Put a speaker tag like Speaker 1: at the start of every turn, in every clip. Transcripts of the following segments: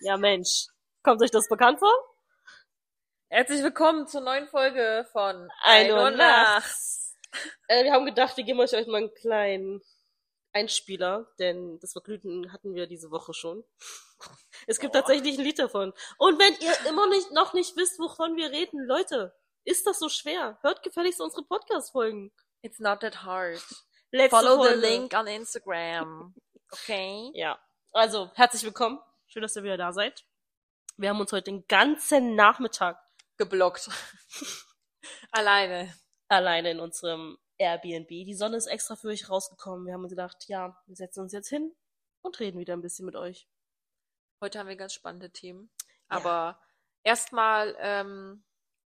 Speaker 1: Ja, Mensch. Kommt euch das bekannt vor?
Speaker 2: Herzlich willkommen zur neuen Folge von
Speaker 1: Ein Uhr nachts. Äh, wir haben gedacht, wir geben euch euch mal einen kleinen Einspieler, denn das Verglüten hatten wir diese Woche schon. Es gibt tatsächlich ein Lied davon. Und wenn ihr immer nicht, noch nicht wisst, wovon wir reden, Leute, ist das so schwer? Hört gefälligst unsere Podcast-Folgen.
Speaker 2: It's not that hard.
Speaker 1: Letzte
Speaker 2: Follow the
Speaker 1: Folge.
Speaker 2: link on Instagram. Okay.
Speaker 1: Ja. Also, herzlich willkommen. Schön, dass ihr wieder da seid. Wir haben uns heute den ganzen Nachmittag
Speaker 2: Geblockt. Alleine.
Speaker 1: alleine in unserem Airbnb. Die Sonne ist extra für euch rausgekommen. Wir haben uns gedacht, ja, wir setzen uns jetzt hin und reden wieder ein bisschen mit euch.
Speaker 2: Heute haben wir ganz spannende Themen.
Speaker 1: Ja.
Speaker 2: Aber erstmal ähm,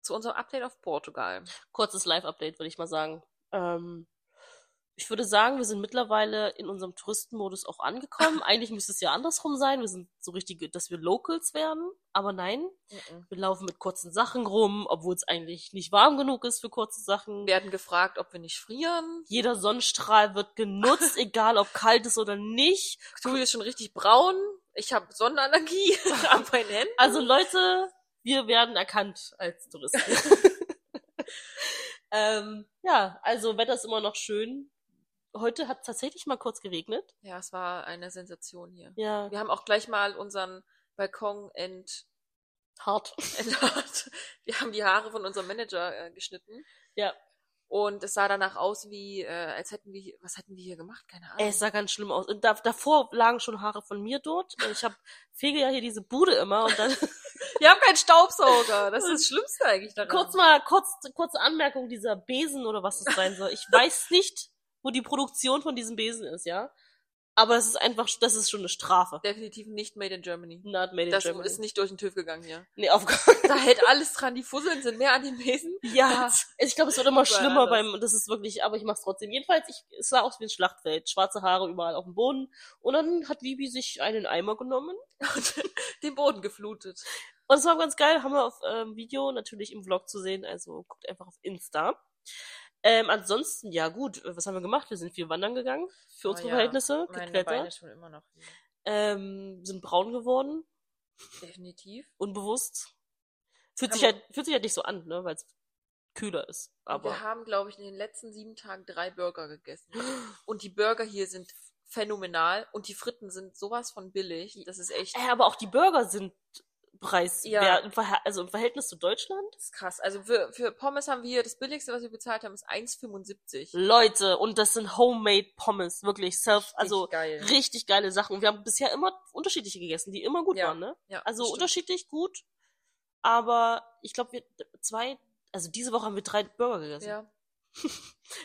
Speaker 2: zu unserem Update auf Portugal.
Speaker 1: Kurzes Live-Update, würde ich mal sagen. Ähm, ich würde sagen, wir sind mittlerweile in unserem Touristenmodus auch angekommen. Eigentlich müsste es ja andersrum sein. Wir sind so richtig, dass wir Locals werden. Aber nein, wir laufen mit kurzen Sachen rum, obwohl es eigentlich nicht warm genug ist für kurze Sachen.
Speaker 2: Wir hatten gefragt, ob wir nicht frieren.
Speaker 1: Jeder Sonnenstrahl wird genutzt, egal ob kalt ist oder nicht.
Speaker 2: Tui ist schon richtig braun. Ich habe Sonnenallergie an meinen Händen.
Speaker 1: Also Leute, wir werden erkannt als Touristen. ähm, ja, also Wetter ist immer noch schön. Heute hat es tatsächlich mal kurz geregnet.
Speaker 2: Ja, es war eine Sensation hier.
Speaker 1: Ja,
Speaker 2: Wir haben auch gleich mal unseren Balkon ent
Speaker 1: hart.
Speaker 2: entlarvt. Wir haben die Haare von unserem Manager äh, geschnitten.
Speaker 1: Ja.
Speaker 2: Und es sah danach aus wie, äh, als hätten wir, was hätten wir hier gemacht? Keine Ahnung.
Speaker 1: Ey, es sah ganz schlimm aus. Und da, davor lagen schon Haare von mir dort. Ich habe fege ja hier diese Bude immer und dann
Speaker 2: wir haben keinen Staubsauger. Das ist das Schlimmste eigentlich daran.
Speaker 1: kurz mal kurz kurze Anmerkung dieser Besen oder was das sein soll. Ich weiß nicht, wo die Produktion von diesem Besen ist, ja. Aber das ist einfach, das ist schon eine Strafe.
Speaker 2: Definitiv nicht made in Germany.
Speaker 1: Not made in
Speaker 2: Das
Speaker 1: Germany.
Speaker 2: ist nicht durch den TÜV gegangen hier.
Speaker 1: nee, auf gar
Speaker 2: Da hält alles dran. Die Fusseln sind mehr an den Besen. Ah,
Speaker 1: Ja, Also ich glaube, es wird immer
Speaker 2: Überall
Speaker 1: schlimmer
Speaker 2: anders.
Speaker 1: beim, das ist wirklich, aber ich mach's trotzdem. Jedenfalls, ich, es sah aus wie ein Schlachtfeld, schwarze Haare überall auf dem Boden. Und dann hat Vivi sich einen Eimer genommen.
Speaker 2: Und den Boden geflutet.
Speaker 1: Und es war ganz geil, haben wir auf ähm, Video natürlich im Vlog zu sehen, also guckt einfach auf Insta. Ähm, ansonsten, ja gut, äh, was haben wir gemacht? Wir sind viel wandern gegangen, für
Speaker 2: Oh
Speaker 1: unsere
Speaker 2: ja, Meine
Speaker 1: Verhältnisse,
Speaker 2: Beine
Speaker 1: geklettert,
Speaker 2: schon immer noch. weh.
Speaker 1: ähm, sind braun geworden,
Speaker 2: Definitiv.
Speaker 1: unbewusst. Fühlt
Speaker 2: Haben
Speaker 1: sich,
Speaker 2: wir-
Speaker 1: halt, fühlt sich halt nicht so an, ne, weil es kühler ist.
Speaker 2: Aber
Speaker 1: Aber
Speaker 2: wir haben, glaube ich, in den letzten sieben Tagen drei Burger gegessen. Und die Burger hier sind phänomenal und die Fritten sind sowas von billig. Das ist echt
Speaker 1: Äh, aber auch die Burger sind preiswert,
Speaker 2: Ja.
Speaker 1: im Verhä- also im Verhältnis zu Deutschland.
Speaker 2: das ist krass. Also für, für Pommes haben wir das billigste, was wir bezahlt haben, ist
Speaker 1: Mhm.
Speaker 2: 1,75.
Speaker 1: Leute, und das sind homemade Pommes, wirklich self, also
Speaker 2: Richtig geil.
Speaker 1: richtig geile Sachen. Und wir haben bisher immer unterschiedliche gegessen, die immer gut
Speaker 2: Ja,
Speaker 1: waren, ne?
Speaker 2: Ja,
Speaker 1: Also
Speaker 2: stimmt.
Speaker 1: unterschiedlich gut, aber ich glaube, wir zwei, also diese Woche haben wir drei Burger gegessen.
Speaker 2: Ja.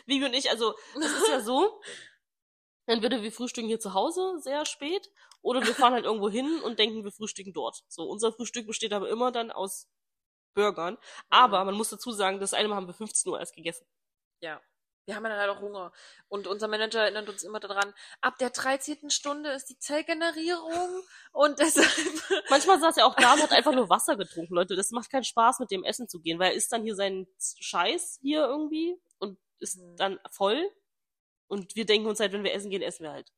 Speaker 1: Vivi und ich, also es ist ja so, entweder wir frühstücken hier zu Hause sehr spät oder wir fahren halt irgendwo hin und denken, wir frühstücken dort. So, unser Frühstück besteht aber immer dann aus Burgern. Aber man muss dazu sagen, das eine Mal haben wir 15 Uhr erst gegessen.
Speaker 2: Wir haben dann halt auch Hunger. Und unser Manager erinnert uns immer daran, ab der 13. Stunde ist die Zellgenerierung und deshalb.
Speaker 1: Manchmal saß er auch da und hat einfach nur Wasser getrunken, Leute. Das macht keinen Spaß, mit dem Essen zu gehen, weil er isst dann hier seinen Scheiß hier irgendwie und ist
Speaker 2: Mhm.
Speaker 1: dann voll. Und wir denken uns halt, wenn wir essen gehen, essen wir halt.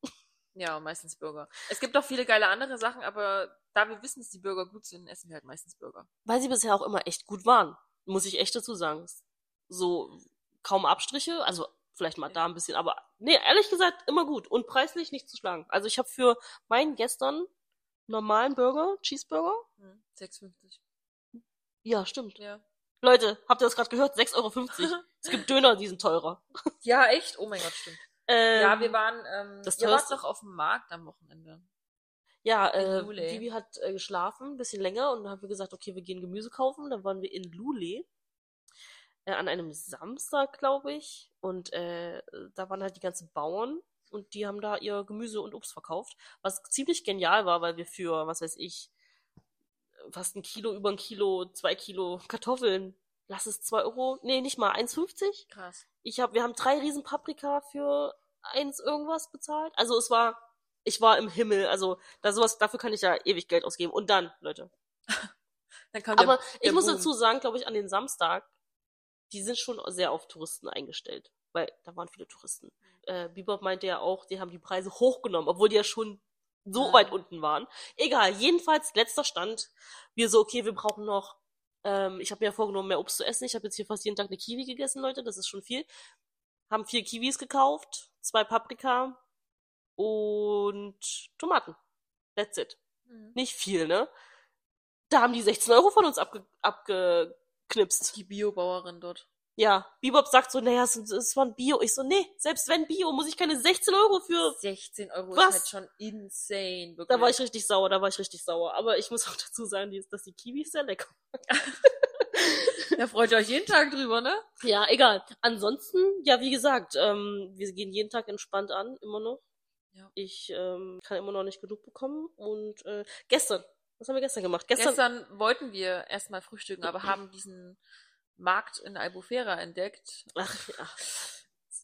Speaker 2: Ja, meistens Burger. Es gibt auch viele geile andere Sachen, aber da wir wissen, dass die Burger gut sind, essen wir halt meistens Burger.
Speaker 1: weil sie bisher auch immer echt gut waren. Muss ich echt dazu sagen. So kaum Abstriche, also vielleicht mal da ein bisschen, aber nee, ehrlich gesagt immer gut und preislich nicht zu schlagen. Also ich habe für meinen gestern normalen Burger, Cheeseburger,
Speaker 2: Hm, 6,50.
Speaker 1: ja, stimmt.
Speaker 2: Ja.
Speaker 1: Leute, habt ihr das gerade gehört? 6,50 Euro. es gibt Döner, die sind teurer.
Speaker 2: Ja, echt? Oh mein Gott, stimmt.
Speaker 1: Ähm,
Speaker 2: ja, wir waren, ähm,
Speaker 1: das
Speaker 2: ihr wart
Speaker 1: teuerste-
Speaker 2: doch auf dem Markt am Wochenende.
Speaker 1: Ja,
Speaker 2: In
Speaker 1: äh,
Speaker 2: Lule.
Speaker 1: Bibi hat äh, geschlafen, ein bisschen länger, und dann haben wir gesagt, okay, wir gehen Gemüse kaufen. Dann waren wir in Lule, äh, an einem Samstag, glaube ich. Und äh, da waren halt die ganzen Bauern und die haben da ihr Gemüse und Obst verkauft. Was ziemlich genial war, weil wir für, was weiß ich, fast ein Kilo, über ein Kilo, zwei Kilo Kartoffeln, lass es zwei Euro, nee, nicht mal, 1,50.
Speaker 2: Krass.
Speaker 1: Ich hab, wir haben drei riesen Paprika für eins irgendwas bezahlt. Also es war, ich war im Himmel. Also da sowas, dafür kann ich ja ewig Geld ausgeben. Und dann, Leute.
Speaker 2: Dann kam
Speaker 1: Aber
Speaker 2: der,
Speaker 1: ich muss
Speaker 2: Boom.
Speaker 1: dazu sagen, glaube ich, an den Samstag, die sind schon sehr auf Touristen eingestellt, weil da waren viele Touristen. Äh, Bebop meinte ja auch, die haben die Preise hochgenommen, obwohl die ja schon so
Speaker 2: Ja.
Speaker 1: weit unten waren. Egal, jedenfalls letzter Stand. Wir so, okay, wir brauchen noch, ähm, ich habe mir ja vorgenommen, mehr Obst zu essen. Ich habe jetzt hier fast jeden Tag eine Kiwi gegessen, Leute, das ist schon viel. Haben vier Kiwis gekauft, zwei Paprika und Tomaten. That's it. Nicht viel, ne? Da haben die 16 Euro von uns abge abgeknipst.
Speaker 2: Die Biobauerin dort.
Speaker 1: Ja, Bebop sagt so, naja, es, sind- es war ein Bio. Ich so, nee, selbst wenn Bio, muss ich keine 16 Euro für.
Speaker 2: 16 Euro
Speaker 1: Was?
Speaker 2: ist halt schon insane, wirklich.
Speaker 1: Da war ich richtig sauer, da war ich richtig sauer. Aber ich muss auch dazu sagen, die- dass die Kiwis sehr lecker
Speaker 2: da freut ihr euch jeden Tag drüber, ne?
Speaker 1: Ja, egal. Ansonsten, ja, wie gesagt, ähm, wir gehen jeden Tag entspannt an, immer noch.
Speaker 2: Ja.
Speaker 1: Ich ähm, kann immer noch nicht genug bekommen. Und äh, gestern, was haben wir gestern gemacht? Gestern,
Speaker 2: Gestern, wollten wir erstmal frühstücken, aber haben diesen Markt in Albufera entdeckt.
Speaker 1: ach, ach,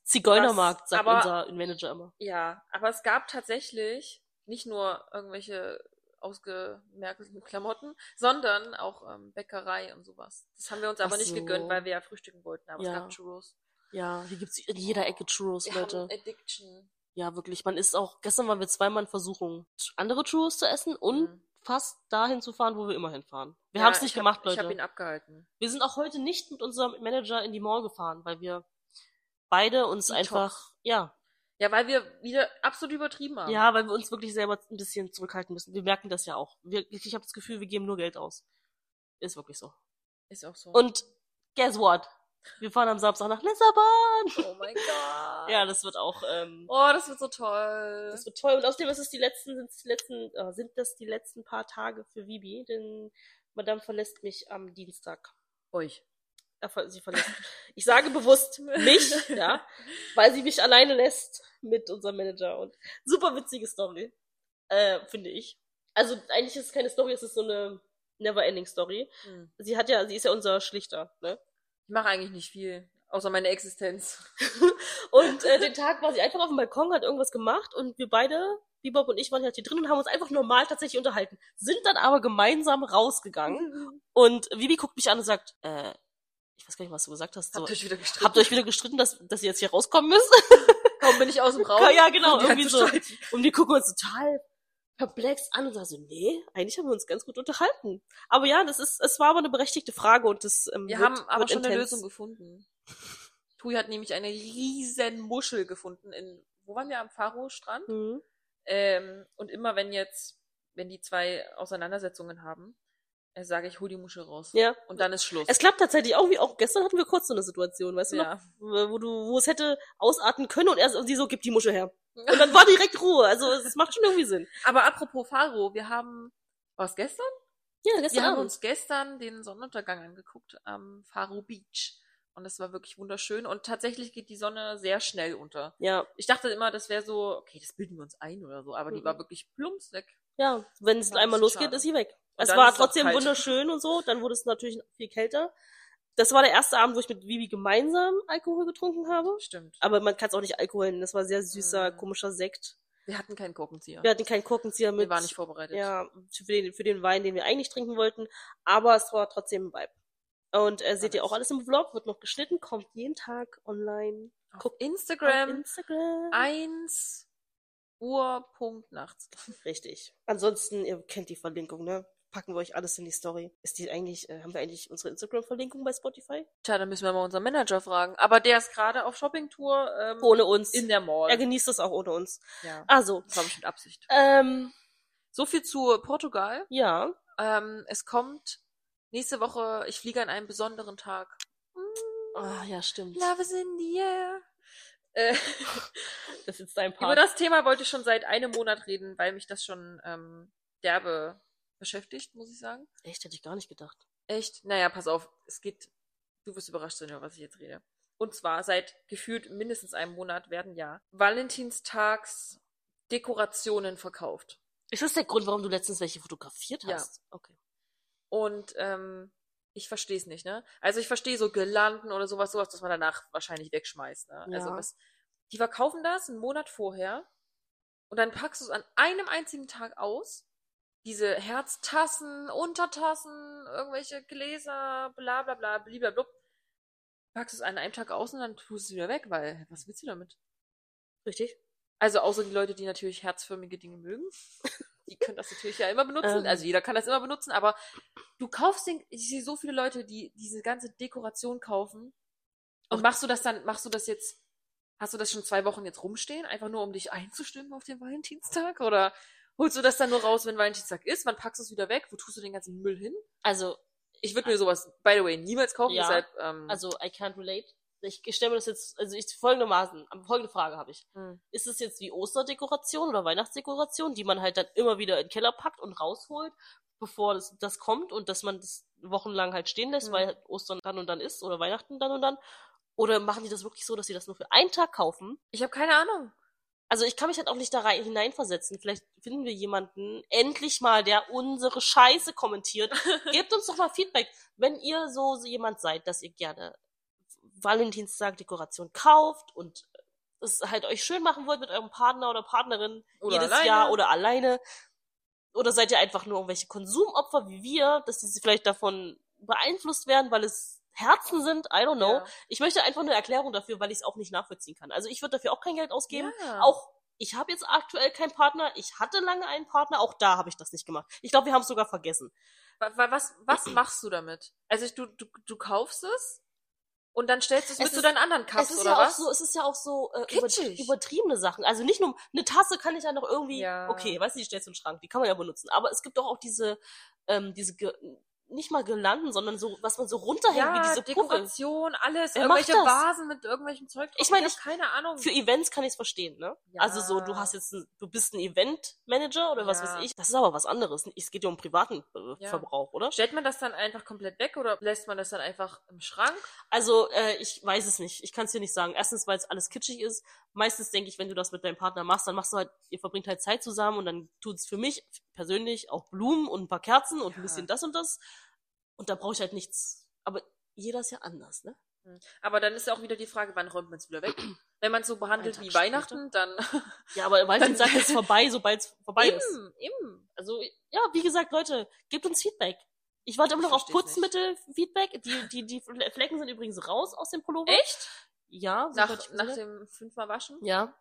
Speaker 1: Zigeunermarkt,
Speaker 2: Was-
Speaker 1: sagt
Speaker 2: aber-
Speaker 1: unser Manager immer.
Speaker 2: Ja, aber es gab tatsächlich nicht nur irgendwelche ausgemerkelten Klamotten, sondern auch ähm, Bäckerei und sowas. Das haben wir uns aber
Speaker 1: Ach
Speaker 2: nicht
Speaker 1: so.
Speaker 2: gegönnt, weil wir ja frühstücken wollten, aber es
Speaker 1: Ja.
Speaker 2: gab Churros.
Speaker 1: Ja, hier gibt's in jeder Ecke Churros,
Speaker 2: Wir
Speaker 1: Leute.
Speaker 2: haben äh, Addiction.
Speaker 1: Ja, wirklich. Man ist auch, gestern waren wir zweimal in Versuchung, andere Churros zu essen und
Speaker 2: Mhm.
Speaker 1: fast dahin zu fahren, wo wir immer hinfahren. Wir
Speaker 2: Ja,
Speaker 1: haben es nicht
Speaker 2: ich hab-
Speaker 1: gemacht,
Speaker 2: Ich habe
Speaker 1: Leute.
Speaker 2: ihn abgehalten.
Speaker 1: wir sind auch heute nicht mit unserem Manager in die Mall gefahren, weil wir beide uns
Speaker 2: Detox.
Speaker 1: einfach, ja,
Speaker 2: Ja, weil wir wieder absolut übertrieben haben.
Speaker 1: ja, weil wir uns wirklich selber ein bisschen zurückhalten müssen. Wir merken das ja auch. Wir, ich habe das Gefühl, wir geben nur Geld aus. Ist wirklich so.
Speaker 2: Ist auch so.
Speaker 1: Und guess what? Wir fahren am Samstag nach Lissabon.
Speaker 2: oh mein Gott.
Speaker 1: Ja, das wird auch, ähm,
Speaker 2: Oh, das wird so toll.
Speaker 1: Das wird toll. Und außerdem ist es die letzten, sind, die letzten, äh, sind das die letzten paar Tage für Vibi, denn Madame verlässt mich am Dienstag.
Speaker 2: euch.
Speaker 1: Äh, ver- sie verlässt. Ich sage bewusst mich, ja, weil sie mich alleine lässt mit unserem Manager. Und super witzige Story, äh, finde ich. Also eigentlich ist es keine Story, es ist so eine never-ending Story.
Speaker 2: Hm.
Speaker 1: Sie hat ja, sie ist ja unser Schlichter, ne?
Speaker 2: Ich mache eigentlich nicht viel, außer meine Existenz.
Speaker 1: Und äh, den Tag war sie einfach auf dem Balkon, hat irgendwas gemacht und wir beide, Bebop und ich, waren halt hier drin und haben uns einfach normal tatsächlich unterhalten. Sind dann aber gemeinsam rausgegangen und Vivi guckt mich an und sagt, äh, ich weiß gar nicht, was du gesagt hast. So,
Speaker 2: Habt ihr euch wieder gestritten?
Speaker 1: habt ihr euch wieder gestritten, dass, dass ihr jetzt hier rauskommen müsst?
Speaker 2: Kaum bin ich aus dem Raum.
Speaker 1: Ja, ja, genau,
Speaker 2: Die hat
Speaker 1: irgendwie
Speaker 2: zu
Speaker 1: so.
Speaker 2: streiten.
Speaker 1: Und die gucken uns total perplex an und sagen so, nee, eigentlich haben wir uns ganz gut unterhalten. Aber ja, das ist, es war aber eine berechtigte Frage und das ähm,
Speaker 2: Wir
Speaker 1: wird-
Speaker 2: haben aber
Speaker 1: wird
Speaker 2: schon eine
Speaker 1: intens.
Speaker 2: Lösung gefunden. Tui hat nämlich eine riesen Muschel gefunden in, wo waren wir am Faro-Strand?
Speaker 1: Mhm.
Speaker 2: Ähm, und immer wenn jetzt, wenn die zwei Auseinandersetzungen haben, äh, sage ich, hol die Muschel raus.
Speaker 1: Ja.
Speaker 2: Und dann ist Schluss.
Speaker 1: Es klappt tatsächlich auch, wie auch gestern hatten wir kurz so eine Situation, weißt du noch?
Speaker 2: ja.
Speaker 1: äh, wo du, wo es hätte ausarten können und er und sie so, gib die Muschel her. Und dann war direkt Ruhe. Also es macht schon irgendwie Sinn.
Speaker 2: Aber apropos Faro, wir haben, war es gestern?
Speaker 1: Ja,
Speaker 2: Wir
Speaker 1: gestern
Speaker 2: haben
Speaker 1: Abend.
Speaker 2: uns gestern den Sonnenuntergang angeguckt am Faro Beach. Und das war wirklich wunderschön. Und tatsächlich geht die Sonne sehr schnell unter.
Speaker 1: Ja,
Speaker 2: Ich dachte immer, das wäre so, okay, das bilden wir uns ein oder so, aber die
Speaker 1: Mhm.
Speaker 2: war wirklich plumps weg.
Speaker 1: ja. Wenn es
Speaker 2: Ja,
Speaker 1: einmal
Speaker 2: ist
Speaker 1: losgeht,
Speaker 2: schade.
Speaker 1: ist sie weg.
Speaker 2: Und
Speaker 1: Es
Speaker 2: dann
Speaker 1: war
Speaker 2: ist es auch
Speaker 1: trotzdem
Speaker 2: kalt.
Speaker 1: wunderschön und so. Dann wurde es natürlich viel kälter. Das war der erste Abend, wo ich mit Vivi gemeinsam Alkohol getrunken habe.
Speaker 2: Stimmt.
Speaker 1: Also, Aber man kann es auch nicht Alkohol nennen. Das war sehr süßer,
Speaker 2: Mhm.
Speaker 1: komischer Sekt.
Speaker 2: Wir hatten keinen Gurkenzieher.
Speaker 1: Wir hatten keinen Korkenzieher
Speaker 2: Wir
Speaker 1: mit.
Speaker 2: waren nicht vorbereitet.
Speaker 1: ja, für den, für den Wein, den wir eigentlich trinken wollten. Aber es war trotzdem ein Vibe. Und äh, seht ihr
Speaker 2: nice.
Speaker 1: auch alles im Vlog, wird noch geschnitten, kommt jeden Tag online.
Speaker 2: Auf
Speaker 1: Auf
Speaker 2: Instagram,
Speaker 1: Instagram.
Speaker 2: 1 Uhr Punkt nachts.
Speaker 1: Richtig. Ansonsten, ihr kennt die Verlinkung, ne? Packen wir euch alles in die Story. Ist die eigentlich, äh, haben wir eigentlich unsere Instagram-Verlinkung bei Spotify?
Speaker 2: Tja, dann müssen wir mal unseren Manager fragen. Aber der ist gerade auf Shoppingtour ähm,
Speaker 1: Ohne uns.
Speaker 2: in der
Speaker 1: er
Speaker 2: Mall.
Speaker 1: genießt es auch ohne uns.
Speaker 2: Ja,
Speaker 1: Also,
Speaker 2: das war bestimmt Absicht.
Speaker 1: ähm,
Speaker 2: So viel zu Portugal.
Speaker 1: ja.
Speaker 2: Ähm, es kommt nächste Woche, ich fliege an einem besonderen Tag.
Speaker 1: Ah, ja, stimmt.
Speaker 2: Love is in the air. Äh,
Speaker 1: Das ist jetzt dein
Speaker 2: über
Speaker 1: Part.
Speaker 2: das Thema wollte ich schon seit einem Monat reden, weil mich das schon ähm, derbe beschäftigt, muss ich sagen.
Speaker 1: Echt, hätte ich gar nicht gedacht.
Speaker 2: Echt? Naja, pass auf, es geht. Du wirst überrascht sein, über was ich jetzt rede. Und zwar seit gefühlt mindestens einem Monat werden ja Valentinstags Dekorationen verkauft.
Speaker 1: Ist das der Grund, warum du letztens welche fotografiert
Speaker 2: Ja.
Speaker 1: hast? Okay.
Speaker 2: Und ähm, ich verstehe es nicht, ne? Also ich verstehe so Girlanden oder sowas, sowas, dass man danach wahrscheinlich wegschmeißt, ne? Also
Speaker 1: Ja.
Speaker 2: was, die verkaufen das einen Monat vorher und dann packst du es an einem einzigen Tag aus. Diese Herztassen, Untertassen, irgendwelche Gläser, bla bla bla, blablabla. Packst du es an einem Tag aus und dann tust du es wieder weg, weil was willst du damit?
Speaker 1: Richtig?
Speaker 2: Also außer die Leute, die natürlich herzförmige Dinge mögen. Die können das natürlich ja immer benutzen.
Speaker 1: Ähm.
Speaker 2: Also jeder kann das immer benutzen, aber du kaufst den, ich sehe so viele Leute, die diese ganze Dekoration kaufen. Und
Speaker 1: Auch-
Speaker 2: machst du das dann, machst du das jetzt, hast du das schon zwei Wochen jetzt rumstehen, einfach nur um dich einzustimmen auf den Valentinstag? Oder holst du das dann nur raus, wenn Valentinstag ist? Wann packst du es wieder weg? Wo tust du den ganzen Müll hin?
Speaker 1: Also,
Speaker 2: Ich würde mir sowas, by the way, niemals kaufen,
Speaker 1: Ja.
Speaker 2: deshalb, ähm,
Speaker 1: also, I can't relate. Ich stelle mir das jetzt, also ich folgendermaßen, folgende Frage habe ich.
Speaker 2: hm.
Speaker 1: Ist es jetzt wie Osterdekoration oder Weihnachtsdekoration, die man halt dann immer wieder in den Keller packt und rausholt, bevor das, das kommt und dass man das wochenlang halt stehen lässt,
Speaker 2: Mhm.
Speaker 1: weil Ostern dann und dann ist oder Weihnachten dann und dann? Oder machen die das wirklich so, dass sie das nur für einen Tag kaufen?
Speaker 2: ich habe keine Ahnung.
Speaker 1: Also ich kann mich halt auch nicht da rein, hineinversetzen. Vielleicht finden wir jemanden endlich mal, der unsere Scheiße kommentiert. Gebt uns doch mal Feedback, wenn ihr so so jemand seid, dass ihr gerne Valentinstag Dekoration kauft und es halt euch schön machen wollt mit eurem Partner oder Partnerin
Speaker 2: Oder
Speaker 1: jedes
Speaker 2: alleine.
Speaker 1: Jahr oder alleine. Oder seid ihr einfach nur irgendwelche Konsumopfer wie wir, dass die vielleicht davon beeinflusst werden, weil es Herzen sind? I don't know.
Speaker 2: Ja.
Speaker 1: Ich möchte einfach eine Erklärung dafür, weil ich es auch nicht nachvollziehen kann. Also ich würde dafür auch kein Geld ausgeben.
Speaker 2: Ja.
Speaker 1: Auch ich habe jetzt aktuell keinen Partner. Ich hatte lange einen Partner. Auch da habe ich das nicht gemacht. Ich glaube, wir haben es sogar vergessen.
Speaker 2: Wa- wa- Was, was machst du damit? Also ich, du, du, du kaufst es und dann stellst du es,
Speaker 1: Es
Speaker 2: mit zu
Speaker 1: ist-
Speaker 2: deinen anderen Cups,
Speaker 1: es ist
Speaker 2: oder
Speaker 1: ja
Speaker 2: was?
Speaker 1: auch so, es ist ja auch so äh,
Speaker 2: Kitschig.
Speaker 1: übert übertriebene Sachen. Also nicht nur eine Tasse kann ich ja noch irgendwie,
Speaker 2: Ja.
Speaker 1: okay, weißt du, die stellst du in den Schrank, die kann man ja benutzen. Aber es gibt doch auch diese, ähm, diese Ge nicht mal Girlanden, sondern so, was man so runterhängt, wie
Speaker 2: ja,
Speaker 1: diese Puppe.
Speaker 2: Dekoration, alles,
Speaker 1: Wer macht
Speaker 2: irgendwelche
Speaker 1: das?
Speaker 2: Vasen mit irgendwelchem Zeug. drauf.
Speaker 1: Ich meine,
Speaker 2: hab keine Ahnung.
Speaker 1: Für Events kann ich es verstehen, ne?
Speaker 2: Ja.
Speaker 1: Also so, du hast jetzt, ein, du bist ein Event-Manager oder was
Speaker 2: Ja.
Speaker 1: weiß ich. Das ist aber was anderes. Es geht ja um privaten äh,
Speaker 2: Ja.
Speaker 1: Verbrauch, oder?
Speaker 2: Stellt man das dann einfach komplett weg oder lässt man das dann einfach im Schrank?
Speaker 1: Also, äh, ich weiß es nicht. Ich kann es dir nicht sagen. Erstens, weil es alles kitschig ist. Meistens denke ich, wenn du das mit deinem Partner machst, dann machst du halt, ihr verbringt halt Zeit zusammen und dann tut es für mich persönlich auch Blumen und ein paar Kerzen und
Speaker 2: Ja.
Speaker 1: ein bisschen das und das. Und da brauche ich halt nichts. Aber jeder ist ja anders, ne?
Speaker 2: Aber dann ist ja auch wieder die Frage, wann räumt man es wieder weg? Wenn man es so behandelt
Speaker 1: Einen
Speaker 2: wie
Speaker 1: Tag später.
Speaker 2: Weihnachten, dann
Speaker 1: Ja, aber Valentinstag ist vorbei, sobald es vorbei ist.
Speaker 2: eben, eben.
Speaker 1: Also, ja, wie gesagt, Leute, gebt uns Feedback. Ich warte immer noch auf
Speaker 2: Versteh's nicht.
Speaker 1: Putzmittel-Feedback. Die, die, die Flecken sind übrigens raus aus dem Pullover.
Speaker 2: Echt?
Speaker 1: Ja, so
Speaker 2: Nach,
Speaker 1: weit ich
Speaker 2: nach
Speaker 1: gesehen
Speaker 2: dem fünfmal Waschen
Speaker 1: hab. Ja.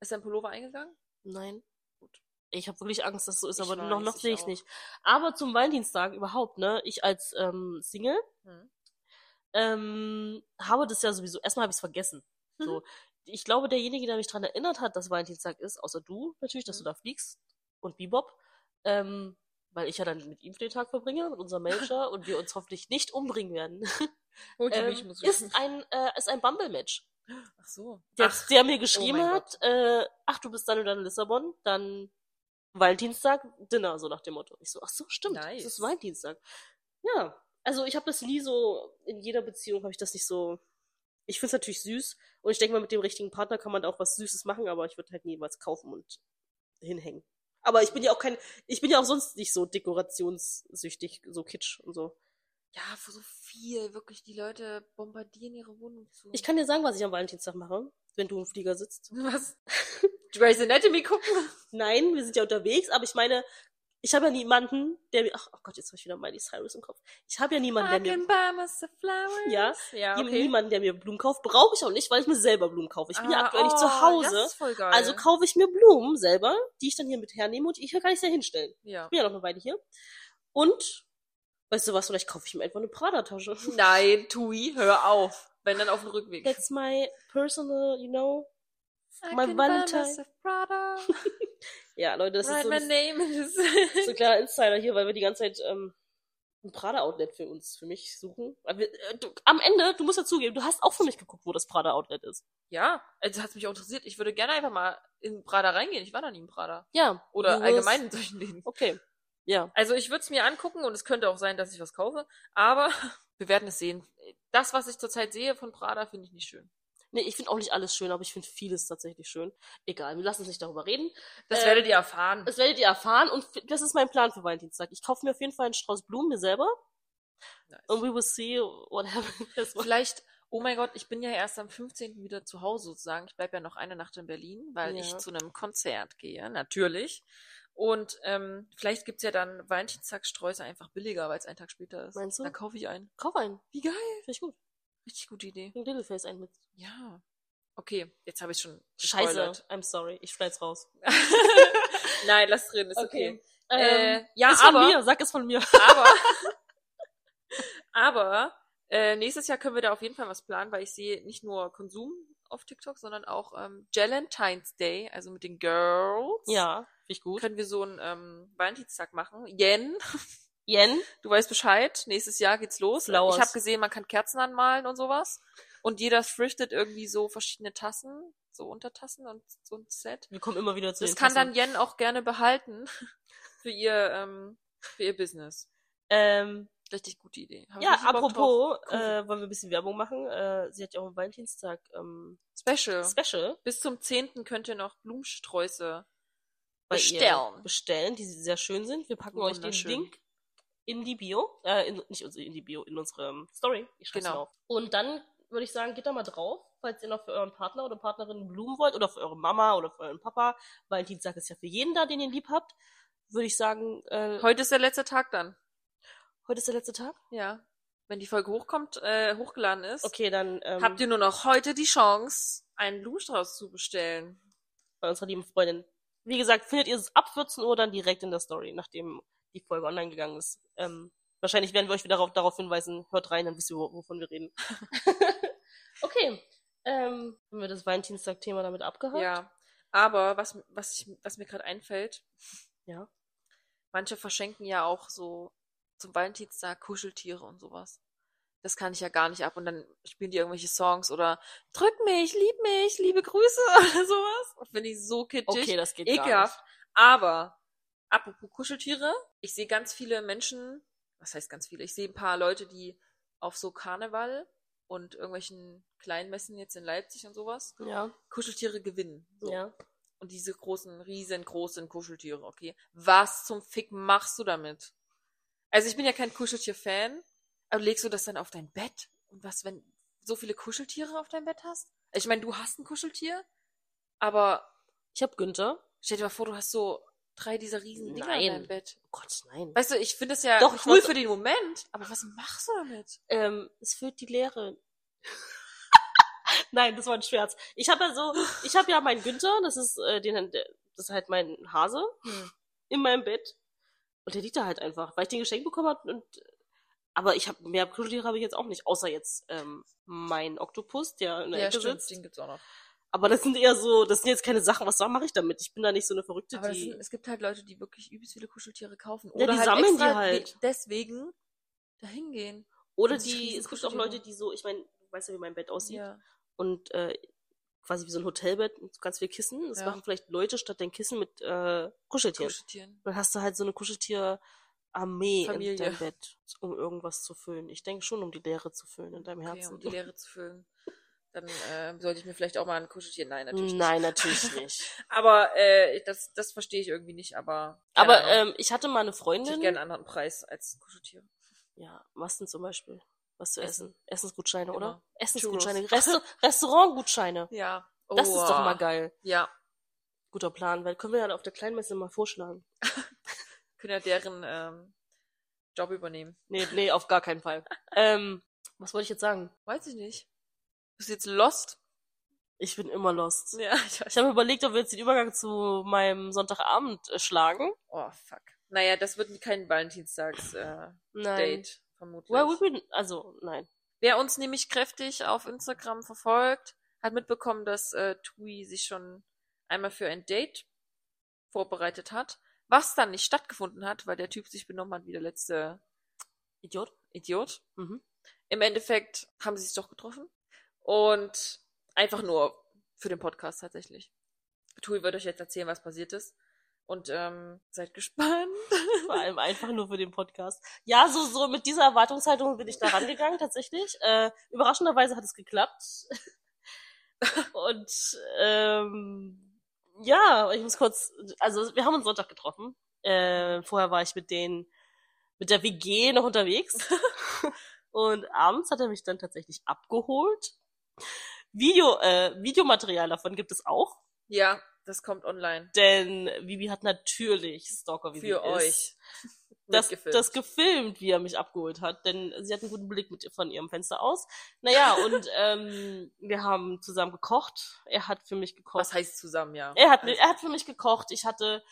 Speaker 2: ist dein Pullover eingegangen?
Speaker 1: Nein. Gut. Ich habe wirklich Angst, dass so ist,
Speaker 2: Ich
Speaker 1: aber
Speaker 2: weiß,
Speaker 1: noch, noch
Speaker 2: ich
Speaker 1: sehe ich
Speaker 2: auch.
Speaker 1: nicht. Aber zum Valentinstag überhaupt, ne? Ich als ähm, Single
Speaker 2: Hm.
Speaker 1: ähm, habe das ja sowieso. Erstmal habe ich es vergessen.
Speaker 2: Mhm.
Speaker 1: So. Ich glaube, derjenige, der mich daran erinnert hat, dass Valentinstag ist, außer du natürlich, dass
Speaker 2: Mhm.
Speaker 1: du da fliegst und Bebop, ähm, weil ich ja dann mit ihm den Tag verbringe, mit unserem Manager und wir uns hoffentlich nicht umbringen werden,
Speaker 2: Holt die mich
Speaker 1: ähm,
Speaker 2: muss ich-
Speaker 1: ist ein, äh, ist ein Bumble-Match
Speaker 2: Ach so.
Speaker 1: der,
Speaker 2: Ach, Oh
Speaker 1: der mir geschrieben
Speaker 2: mein
Speaker 1: hat, äh, ach, du bist dann und dann in Lissabon, dann Valentinstag, Dinner, so nach dem Motto. Ich so, ach so, stimmt,
Speaker 2: Nice.
Speaker 1: es ist Valentinstag. Ja, also ich habe das nie so, in jeder Beziehung habe ich das nicht so, ich finde es natürlich süß und ich denke mal, mit dem richtigen Partner kann man da auch was Süßes machen, aber ich würde halt nie was kaufen und hinhängen. Aber ich bin ja auch kein, ich bin ja auch sonst nicht so dekorationssüchtig, so kitsch und so.
Speaker 2: Ja, für so viel, wirklich, die Leute bombardieren ihre Wohnung zu.
Speaker 1: Ich kann dir sagen, was ich am Valentinstag mache, wenn du im Flieger sitzt.
Speaker 2: was? Grey's Anatomy gucken?
Speaker 1: Nein, wir sind ja unterwegs, aber ich meine, ich habe ja niemanden, der mir. Ach oh Gott, jetzt habe ich wieder Miley Cyrus im Kopf. Ich habe ja niemanden, der
Speaker 2: I can
Speaker 1: mir.
Speaker 2: buy myself flowers.
Speaker 1: Ja,
Speaker 2: Ah, ja,
Speaker 1: jem-
Speaker 2: okay.
Speaker 1: Niemanden, der mir Blumen kauft, brauche ich auch nicht, weil ich mir selber Blumen kaufe. Ich bin ja
Speaker 2: Ah,
Speaker 1: aktuell nicht
Speaker 2: oh,
Speaker 1: zu Hause.
Speaker 2: Das ist voll geil.
Speaker 1: Also kaufe ich mir Blumen selber, die ich dann hier mit hernehme und die ich ja gar nicht sehr hinstellen.
Speaker 2: ja.
Speaker 1: Ich bin ja noch eine Weile hier. Und, weißt du was, vielleicht kaufe ich mir einfach eine Prada-Tasche.
Speaker 2: Nein, Tui, hör auf. Wenn dann auf dem Rückweg.
Speaker 1: That's my personal, you know.
Speaker 2: I
Speaker 1: my
Speaker 2: can buy
Speaker 1: Valentine.
Speaker 2: myself Prada.
Speaker 1: Ja, Leute, das
Speaker 2: Write
Speaker 1: ist so
Speaker 2: my
Speaker 1: ein,
Speaker 2: name is.
Speaker 1: so ein kleiner Insider hier, weil wir die ganze Zeit ähm, ein Prada-Outlet für uns, für mich suchen. Weil wir, äh, du, am Ende, du musst ja zugeben, du hast auch für mich geguckt, wo das Prada-Outlet ist.
Speaker 2: ja, also, das hat mich auch interessiert. Ich würde gerne einfach mal in Prada reingehen. Ich war noch nie in Prada.
Speaker 1: Ja.
Speaker 2: Oder
Speaker 1: du wirst-
Speaker 2: allgemein in solchen Läden.
Speaker 1: Okay. Ja.
Speaker 2: Also ich würde es mir angucken und es könnte auch sein, dass ich was kaufe, aber wir werden es sehen. Das, was ich zurzeit sehe von Prada, finde ich nicht schön.
Speaker 1: Nee, ich finde auch nicht alles schön, aber ich finde vieles tatsächlich schön. Egal, wir lassen uns nicht darüber reden.
Speaker 2: Das
Speaker 1: Ähm,
Speaker 2: werdet ihr erfahren.
Speaker 1: Das werdet ihr erfahren und f- das ist mein Plan für Valentinstag. Ich kaufe mir auf jeden Fall einen Strauß Blumen mir selber
Speaker 2: Nice.
Speaker 1: und we will see what happens.
Speaker 2: Vielleicht, oh mein Gott, ich bin ja erst am 15. wieder zu Hause sozusagen. Ich bleibe ja noch eine Nacht in Berlin, weil
Speaker 1: Ja.
Speaker 2: ich zu einem Konzert gehe, natürlich. Und ähm, vielleicht gibt's ja dann Valentinstagssträuße einfach billiger, weil es einen Tag später ist.
Speaker 1: Meinst du?
Speaker 2: Dann kaufe ich einen.
Speaker 1: Kauf einen.
Speaker 2: Wie geil.
Speaker 1: Finde ich gut.
Speaker 2: Richtig gute Idee.
Speaker 1: Ein Littleface ein mit.
Speaker 2: Ja. Okay, jetzt habe ich schon
Speaker 1: Scheiße,
Speaker 2: gespoilert.
Speaker 1: I'm sorry. Ich schneid's raus.
Speaker 2: Nein, lass drin, ist okay.
Speaker 1: Ähm,
Speaker 2: Äh, ja,
Speaker 1: ist von
Speaker 2: aber-
Speaker 1: mir, sag es von mir.
Speaker 2: Aber, aber äh, nächstes Jahr können wir da auf jeden Fall was planen, weil ich sehe nicht nur Konsum auf TikTok, sondern auch ähm, Valentine's Day, also mit den Girls.
Speaker 1: Ja, finde ich gut.
Speaker 2: Können wir so einen ähm, Valentinstag machen. Jen,
Speaker 1: Jen,
Speaker 2: du weißt Bescheid, nächstes Jahr geht's los.
Speaker 1: Flowers.
Speaker 2: Ich habe gesehen, man kann Kerzen anmalen und sowas. Und jeder thriftet irgendwie so verschiedene Tassen, so Untertassen und so ein Set.
Speaker 1: wir kommen immer wieder zu
Speaker 2: Das
Speaker 1: den
Speaker 2: kann
Speaker 1: Tassen.
Speaker 2: dann Jen auch gerne behalten für ihr, ähm, für ihr Business.
Speaker 1: Ähm,
Speaker 2: Richtig gute Idee. Hab ich
Speaker 1: ja,
Speaker 2: richtig Bock drauf.
Speaker 1: apropos,
Speaker 2: Cool.
Speaker 1: äh, wollen wir ein bisschen Werbung machen? Äh, sie hat ja auch am Valentinstag ähm,
Speaker 2: Special.
Speaker 1: Special
Speaker 2: Bis zum 10. könnt ihr noch Blumensträuße.
Speaker 1: bei
Speaker 2: Bestellen.
Speaker 1: ihr bestellen, die sehr schön sind. Wir packen euch den
Speaker 2: Wunderschön.
Speaker 1: Link in die Bio, äh, in, nicht unsere- in die Bio, in unsere ähm, Story. Ich schreib's
Speaker 2: Genau.
Speaker 1: genau. auf. Und dann würde ich sagen, geht da mal drauf, falls ihr noch für euren Partner oder Partnerin Blumen wollt oder für eure Mama oder für euren Papa. Valentinstag ist ja für jeden da, den ihr lieb habt. Würde ich sagen, äh,
Speaker 2: Heute ist der letzte Tag dann.
Speaker 1: heute ist der letzte Tag.
Speaker 2: Ja. Wenn die Folge hochkommt, äh, hochgeladen ist,
Speaker 1: Okay, dann ähm,
Speaker 2: habt ihr nur noch heute die Chance, einen Blumenstrauß zu bestellen.
Speaker 1: bei unserer lieben Freundin. Wie gesagt, findet ihr es ab 14 Uhr dann direkt in der Story, nachdem die Folge online gegangen ist. Ähm, wahrscheinlich werden wir euch wieder darauf, darauf hinweisen. Hört rein, dann wisst ihr, wo- wovon wir reden. okay. Ähm, haben wir das Valentinstag-Thema damit abgehakt?
Speaker 2: Ja. Aber was, was, ich, was mir gerade einfällt,
Speaker 1: Ja.
Speaker 2: manche verschenken ja auch so zum Valentinstag Kuscheltiere und sowas. Das kann ich ja gar nicht ab. Und dann spielen die irgendwelche Songs oder drück mich, lieb mich, liebe Grüße oder sowas. Finde ich so kitschig.
Speaker 1: Okay, das geht gar
Speaker 2: ekelhaft.
Speaker 1: nicht.
Speaker 2: Aber apropos Kuscheltiere, ich sehe ganz viele Menschen, was heißt ganz viele? Ich sehe ein paar Leute, die auf so Karneval und irgendwelchen Kleinmessen jetzt in Leipzig und sowas
Speaker 1: Ja,
Speaker 2: Kuscheltiere gewinnen. So.
Speaker 1: ja.
Speaker 2: Und diese großen, riesengroßen Kuscheltiere, okay. Was zum Fick machst du damit? Also ich bin ja kein Kuscheltier-Fan, aber legst du das dann auf dein Bett? Und was, wenn so viele Kuscheltiere auf deinem Bett hast? Also, Ich meine, du hast ein Kuscheltier, aber
Speaker 1: Ich habe Günther. Oh
Speaker 2: Stell dir mal vor, du hast so drei dieser riesen Dinger in
Speaker 1: Nein.
Speaker 2: deinem Bett.
Speaker 1: Oh Gott, nein.
Speaker 2: Weißt du, ich finde das ja
Speaker 1: Doch, ich
Speaker 2: cool
Speaker 1: mach's-
Speaker 2: für den Moment, aber was machst du damit?
Speaker 1: Ähm, es füllt die Leere. Nein, das war ein Scherz. Ich habe ja so, ich habe ja meinen Günther, das ist äh, den, der- das ist halt mein Hase
Speaker 2: Hm.
Speaker 1: in meinem Bett und der liegt da halt einfach, weil ich den geschenkt bekommen hab und aber ich habe mehr Kuscheltiere habe ich jetzt auch nicht, außer jetzt ähm, mein Oktopus, der in der Ecke sitzt.
Speaker 2: gibt's auch noch.
Speaker 1: Aber das sind eher so, das sind jetzt keine Sachen. Was mache ich damit? Ich bin da nicht so eine Verrückte,
Speaker 2: Aber das
Speaker 1: die.
Speaker 2: sind, es gibt halt Leute, die wirklich übelst viele Kuscheltiere kaufen.
Speaker 1: Ja,
Speaker 2: Oder
Speaker 1: die
Speaker 2: halt
Speaker 1: sammeln
Speaker 2: extra
Speaker 1: die halt.
Speaker 2: we- deswegen dahin gehen.
Speaker 1: Oder
Speaker 2: das sind
Speaker 1: die,
Speaker 2: riesen
Speaker 1: es gibt auch
Speaker 2: Kuscheltiere.
Speaker 1: Leute, die so, ich meine, du weißt ja, wie mein Bett aussieht.
Speaker 2: Ja.
Speaker 1: und äh, quasi wie so ein Hotelbett mit ganz viel Kissen. Das
Speaker 2: Ja.
Speaker 1: machen vielleicht Leute statt dein Kissen mit äh, Kuscheltieren.
Speaker 2: Kuscheltieren.
Speaker 1: Dann hast du halt so eine Kuscheltier-Armee
Speaker 2: Familie.
Speaker 1: in deinem Bett, um irgendwas zu füllen. Ich denke schon, um die Leere zu füllen in deinem
Speaker 2: Okay, um
Speaker 1: Herzen.
Speaker 2: die Leere zu füllen. Dann äh, sollte ich mir vielleicht auch mal ein Kuscheltier. Nein, natürlich. nicht.
Speaker 1: Nein, natürlich nicht.
Speaker 2: Aber äh, das, das verstehe ich irgendwie nicht, aber. keine
Speaker 1: Aber
Speaker 2: Ahnung.
Speaker 1: ähm, ich hatte mal eine
Speaker 2: ich hätte
Speaker 1: Freundin.
Speaker 2: gerne einen anderen Preis als Kuscheltiere.
Speaker 1: Ja, was denn zum Beispiel? Was zu
Speaker 2: Essen. Genau.
Speaker 1: essen? Essensgutscheine, oder?
Speaker 2: Immer.
Speaker 1: Essensgutscheine. Restaur Restaurantgutscheine.
Speaker 2: Ja.
Speaker 1: Das ist doch
Speaker 2: Oha.
Speaker 1: mal geil.
Speaker 2: Ja.
Speaker 1: Guter Plan, weil können wir ja auf der Kleinmesse mal vorschlagen.
Speaker 2: können ja deren ähm, Job übernehmen.
Speaker 1: Nee, nee, auf gar keinen Fall. ähm, was wollte ich jetzt sagen?
Speaker 2: Weiß ich nicht. Bist du jetzt lost?
Speaker 1: Ich bin immer lost.
Speaker 2: Ja, ich weiß.
Speaker 1: Ich habe überlegt, ob wir jetzt den Übergang zu meinem Sonntagabend äh, schlagen.
Speaker 2: Oh, fuck. Naja, das wird kein Valentinstags-Date,
Speaker 1: Nein.
Speaker 2: vermutlich.
Speaker 1: Why would we, also, nein.
Speaker 2: Wer uns nämlich kräftig auf Instagram verfolgt, hat mitbekommen, dass äh, Tui sich schon einmal für ein Date vorbereitet hat, was dann nicht stattgefunden hat, weil der Typ sich benommen hat wie der letzte
Speaker 1: Idiot.
Speaker 2: Idiot.
Speaker 1: Mhm.
Speaker 2: Im Endeffekt haben sie sich doch getroffen. Und einfach nur für den Podcast tatsächlich. Tui wird euch jetzt erzählen, was passiert ist. Und ähm, seid gespannt.
Speaker 1: Vor allem einfach nur für den Podcast. Ja, so, so mit dieser Erwartungshaltung bin ich da rangegangen, tatsächlich. Äh, überraschenderweise hat es geklappt. Und, ähm, ja, ich muss kurz, also, wir haben uns Sonntag getroffen. Äh, vorher war ich mit denen, mit der WG noch unterwegs. Und abends hat er mich dann tatsächlich abgeholt. Video, äh, Videomaterial davon gibt es auch,
Speaker 2: Ja, das kommt online.
Speaker 1: denn Vivi hat natürlich Stalker wie
Speaker 2: Für
Speaker 1: sie
Speaker 2: euch.
Speaker 1: Ist, das,
Speaker 2: Mitgefilmt.
Speaker 1: das gefilmt, wie er mich abgeholt hat, denn sie hat einen guten Blick mit, von ihrem Fenster aus. Naja, und ähm, wir haben zusammen gekocht. Er hat für mich gekocht.
Speaker 2: Was heißt zusammen, ja?
Speaker 1: Er hat,
Speaker 2: Also,
Speaker 1: er hat für mich gekocht. Ich hatte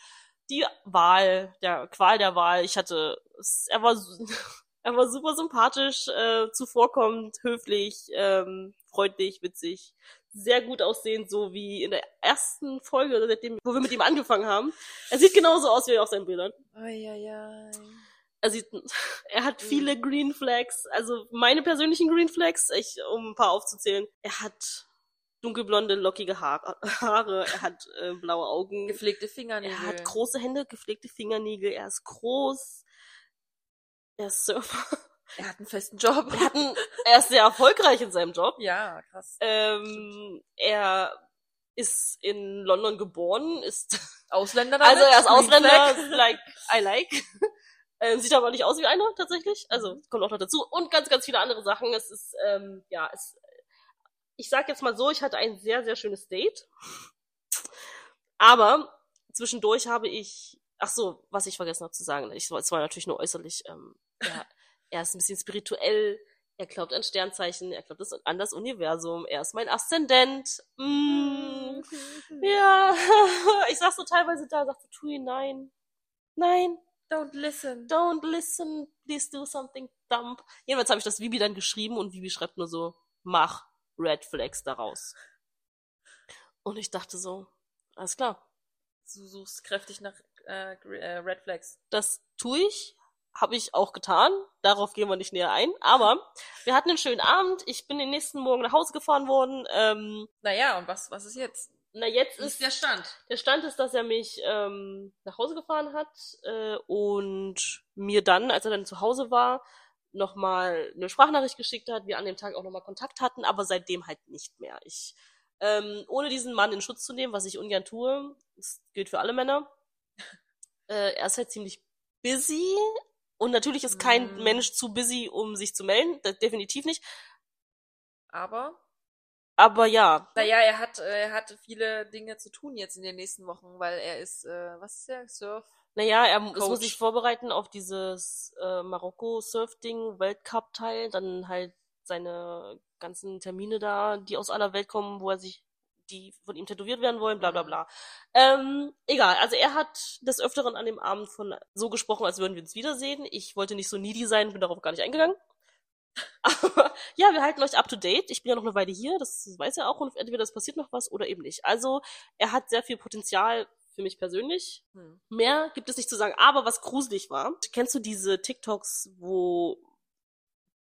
Speaker 1: die Wahl, der Qual der Wahl. Ich hatte, er war, su- er war super sympathisch, äh, zuvorkommend, höflich, ähm, freundlich, witzig, sehr gut aussehend, so wie in der ersten Folge, seitdem, wo wir mit ihm angefangen haben. Er sieht genauso aus wie auf seinen Bildern.
Speaker 2: Eieiei.
Speaker 1: Er sieht, Also, er hat viele Green Flags, also meine persönlichen Green Flags, ich, um ein paar aufzuzählen. Er hat dunkelblonde, lockige Haare, Haare er hat äh, blaue Augen.
Speaker 2: Gepflegte Fingernägel.
Speaker 1: Er hat große Hände, gepflegte Fingernägel, er ist groß, er ist Surfer.
Speaker 2: er hat einen festen Job.
Speaker 1: Er, hat einen, er ist sehr erfolgreich in seinem Job.
Speaker 2: Ja, krass.
Speaker 1: Ähm, er ist in London geboren, ist
Speaker 2: Ausländer damit?
Speaker 1: also er ist
Speaker 2: Green
Speaker 1: Ausländer,
Speaker 2: Flag.
Speaker 1: like I like. Ähm, sieht aber nicht aus wie einer tatsächlich. Also kommt auch noch dazu und ganz ganz viele andere Sachen. Es ist ähm, ja, es, ich sag jetzt mal so, ich hatte ein sehr sehr schönes Date, aber zwischendurch habe ich, ach so, was ich vergessen habe zu sagen. Ich, es war natürlich nur äußerlich. Ähm, ja, er ist ein bisschen spirituell. Er glaubt an Sternzeichen, er glaubt an das Universum, er ist mein Aszendent. Mm, ja, ich sag so teilweise da, sag so, Tui, nein. Nein,
Speaker 2: Don't listen.
Speaker 1: don't listen, please do something dumb. Jedenfalls habe ich das Vibi dann geschrieben und Vibi schreibt nur so, mach Red Flags daraus. Und ich dachte so, alles klar,
Speaker 2: Du suchst kräftig nach äh, gr- äh, Red Flags.
Speaker 1: das tue ich, habe ich auch getan, darauf gehen wir nicht näher ein, aber wir hatten einen schönen Abend, ich bin den nächsten Morgen nach Hause gefahren worden, ähm,
Speaker 2: Naja, und was, was ist jetzt?
Speaker 1: na jetzt
Speaker 2: Wie
Speaker 1: ist
Speaker 2: ist der Stand?
Speaker 1: Der Stand ist, dass er mich ähm, nach Hause gefahren hat äh, und mir dann, als er dann zu Hause war, nochmal eine Sprachnachricht geschickt hat. Wir an dem Tag auch nochmal Kontakt hatten, aber seitdem halt nicht mehr. Ich, ähm, ohne diesen Mann in Schutz zu nehmen, was ich ungern tue, das gilt für alle Männer. Äh, er ist halt ziemlich busy und natürlich ist kein
Speaker 2: Mm.
Speaker 1: Mensch zu busy, um sich zu melden, das definitiv nicht.
Speaker 2: Aber,
Speaker 1: Aber ja,
Speaker 2: naja, er hat, äh, er hat viele Dinge zu tun jetzt in den nächsten Wochen, weil er ist, äh, was ist der? Surf?
Speaker 1: Naja, er mu- es muss
Speaker 2: Coach.
Speaker 1: sich vorbereiten auf dieses äh, Marokko-Surf-Ding, Weltcup-Teil, dann halt seine ganzen Termine da, die aus aller Welt kommen, wo er sich, die von ihm tätowiert werden wollen, bla bla bla. Ähm, egal, also er hat des Öfteren an dem Abend von so gesprochen, als würden wir uns wiedersehen. Ich wollte nicht so needy sein, bin darauf gar nicht eingegangen. Aber ja, wir halten euch up to date. Ich bin ja noch eine Weile hier, das weiß er auch und entweder es passiert noch was oder eben nicht. Also er hat sehr viel Potenzial für mich persönlich.
Speaker 2: Hm.
Speaker 1: Mehr gibt es nicht zu sagen. Aber was gruselig war, kennst du diese TikToks, wo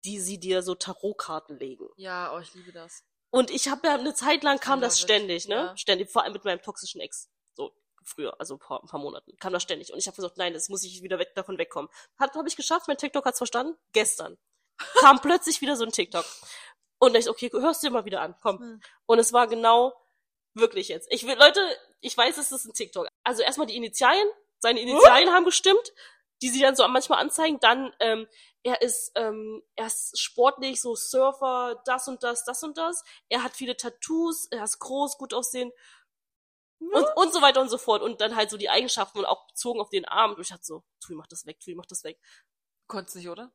Speaker 1: die sie dir so Tarotkarten legen?
Speaker 2: Ja, oh, ich liebe das.
Speaker 1: Und ich habe ja eine Zeit lang kam
Speaker 2: Ja,
Speaker 1: das
Speaker 2: wird-
Speaker 1: ständig, ne?
Speaker 2: ja.
Speaker 1: Ständig, vor allem mit meinem toxischen Ex. So früher, also vor ein paar Monaten, kam das ständig. Und ich habe gesagt, nein, das muss ich wieder weg, davon wegkommen. Hat habe ich geschafft, mein TikTok hat's verstanden. Gestern kam plötzlich wieder so ein TikTok. Und ich, okay, hörst du dir mal wieder an, komm.
Speaker 2: Hm.
Speaker 1: Und es war genau wirklich jetzt. Ich will, Leute, ich weiß, es ist ein TikTok. Also erstmal die Initialien, seine Initialien haben gestimmt, die sie dann so manchmal anzeigen. Dann, ähm, er ist, ähm, er ist sportlich, so Surfer, das und das, das und das. Er hat viele Tattoos, er ist groß, gut aussehen. Und, und so weiter und so fort. Und dann halt so die Eigenschaften und auch bezogen auf den Arm. Und ich dachte so, Tui, mach das weg, Tui, mach das weg.
Speaker 2: Konntest nicht, oder?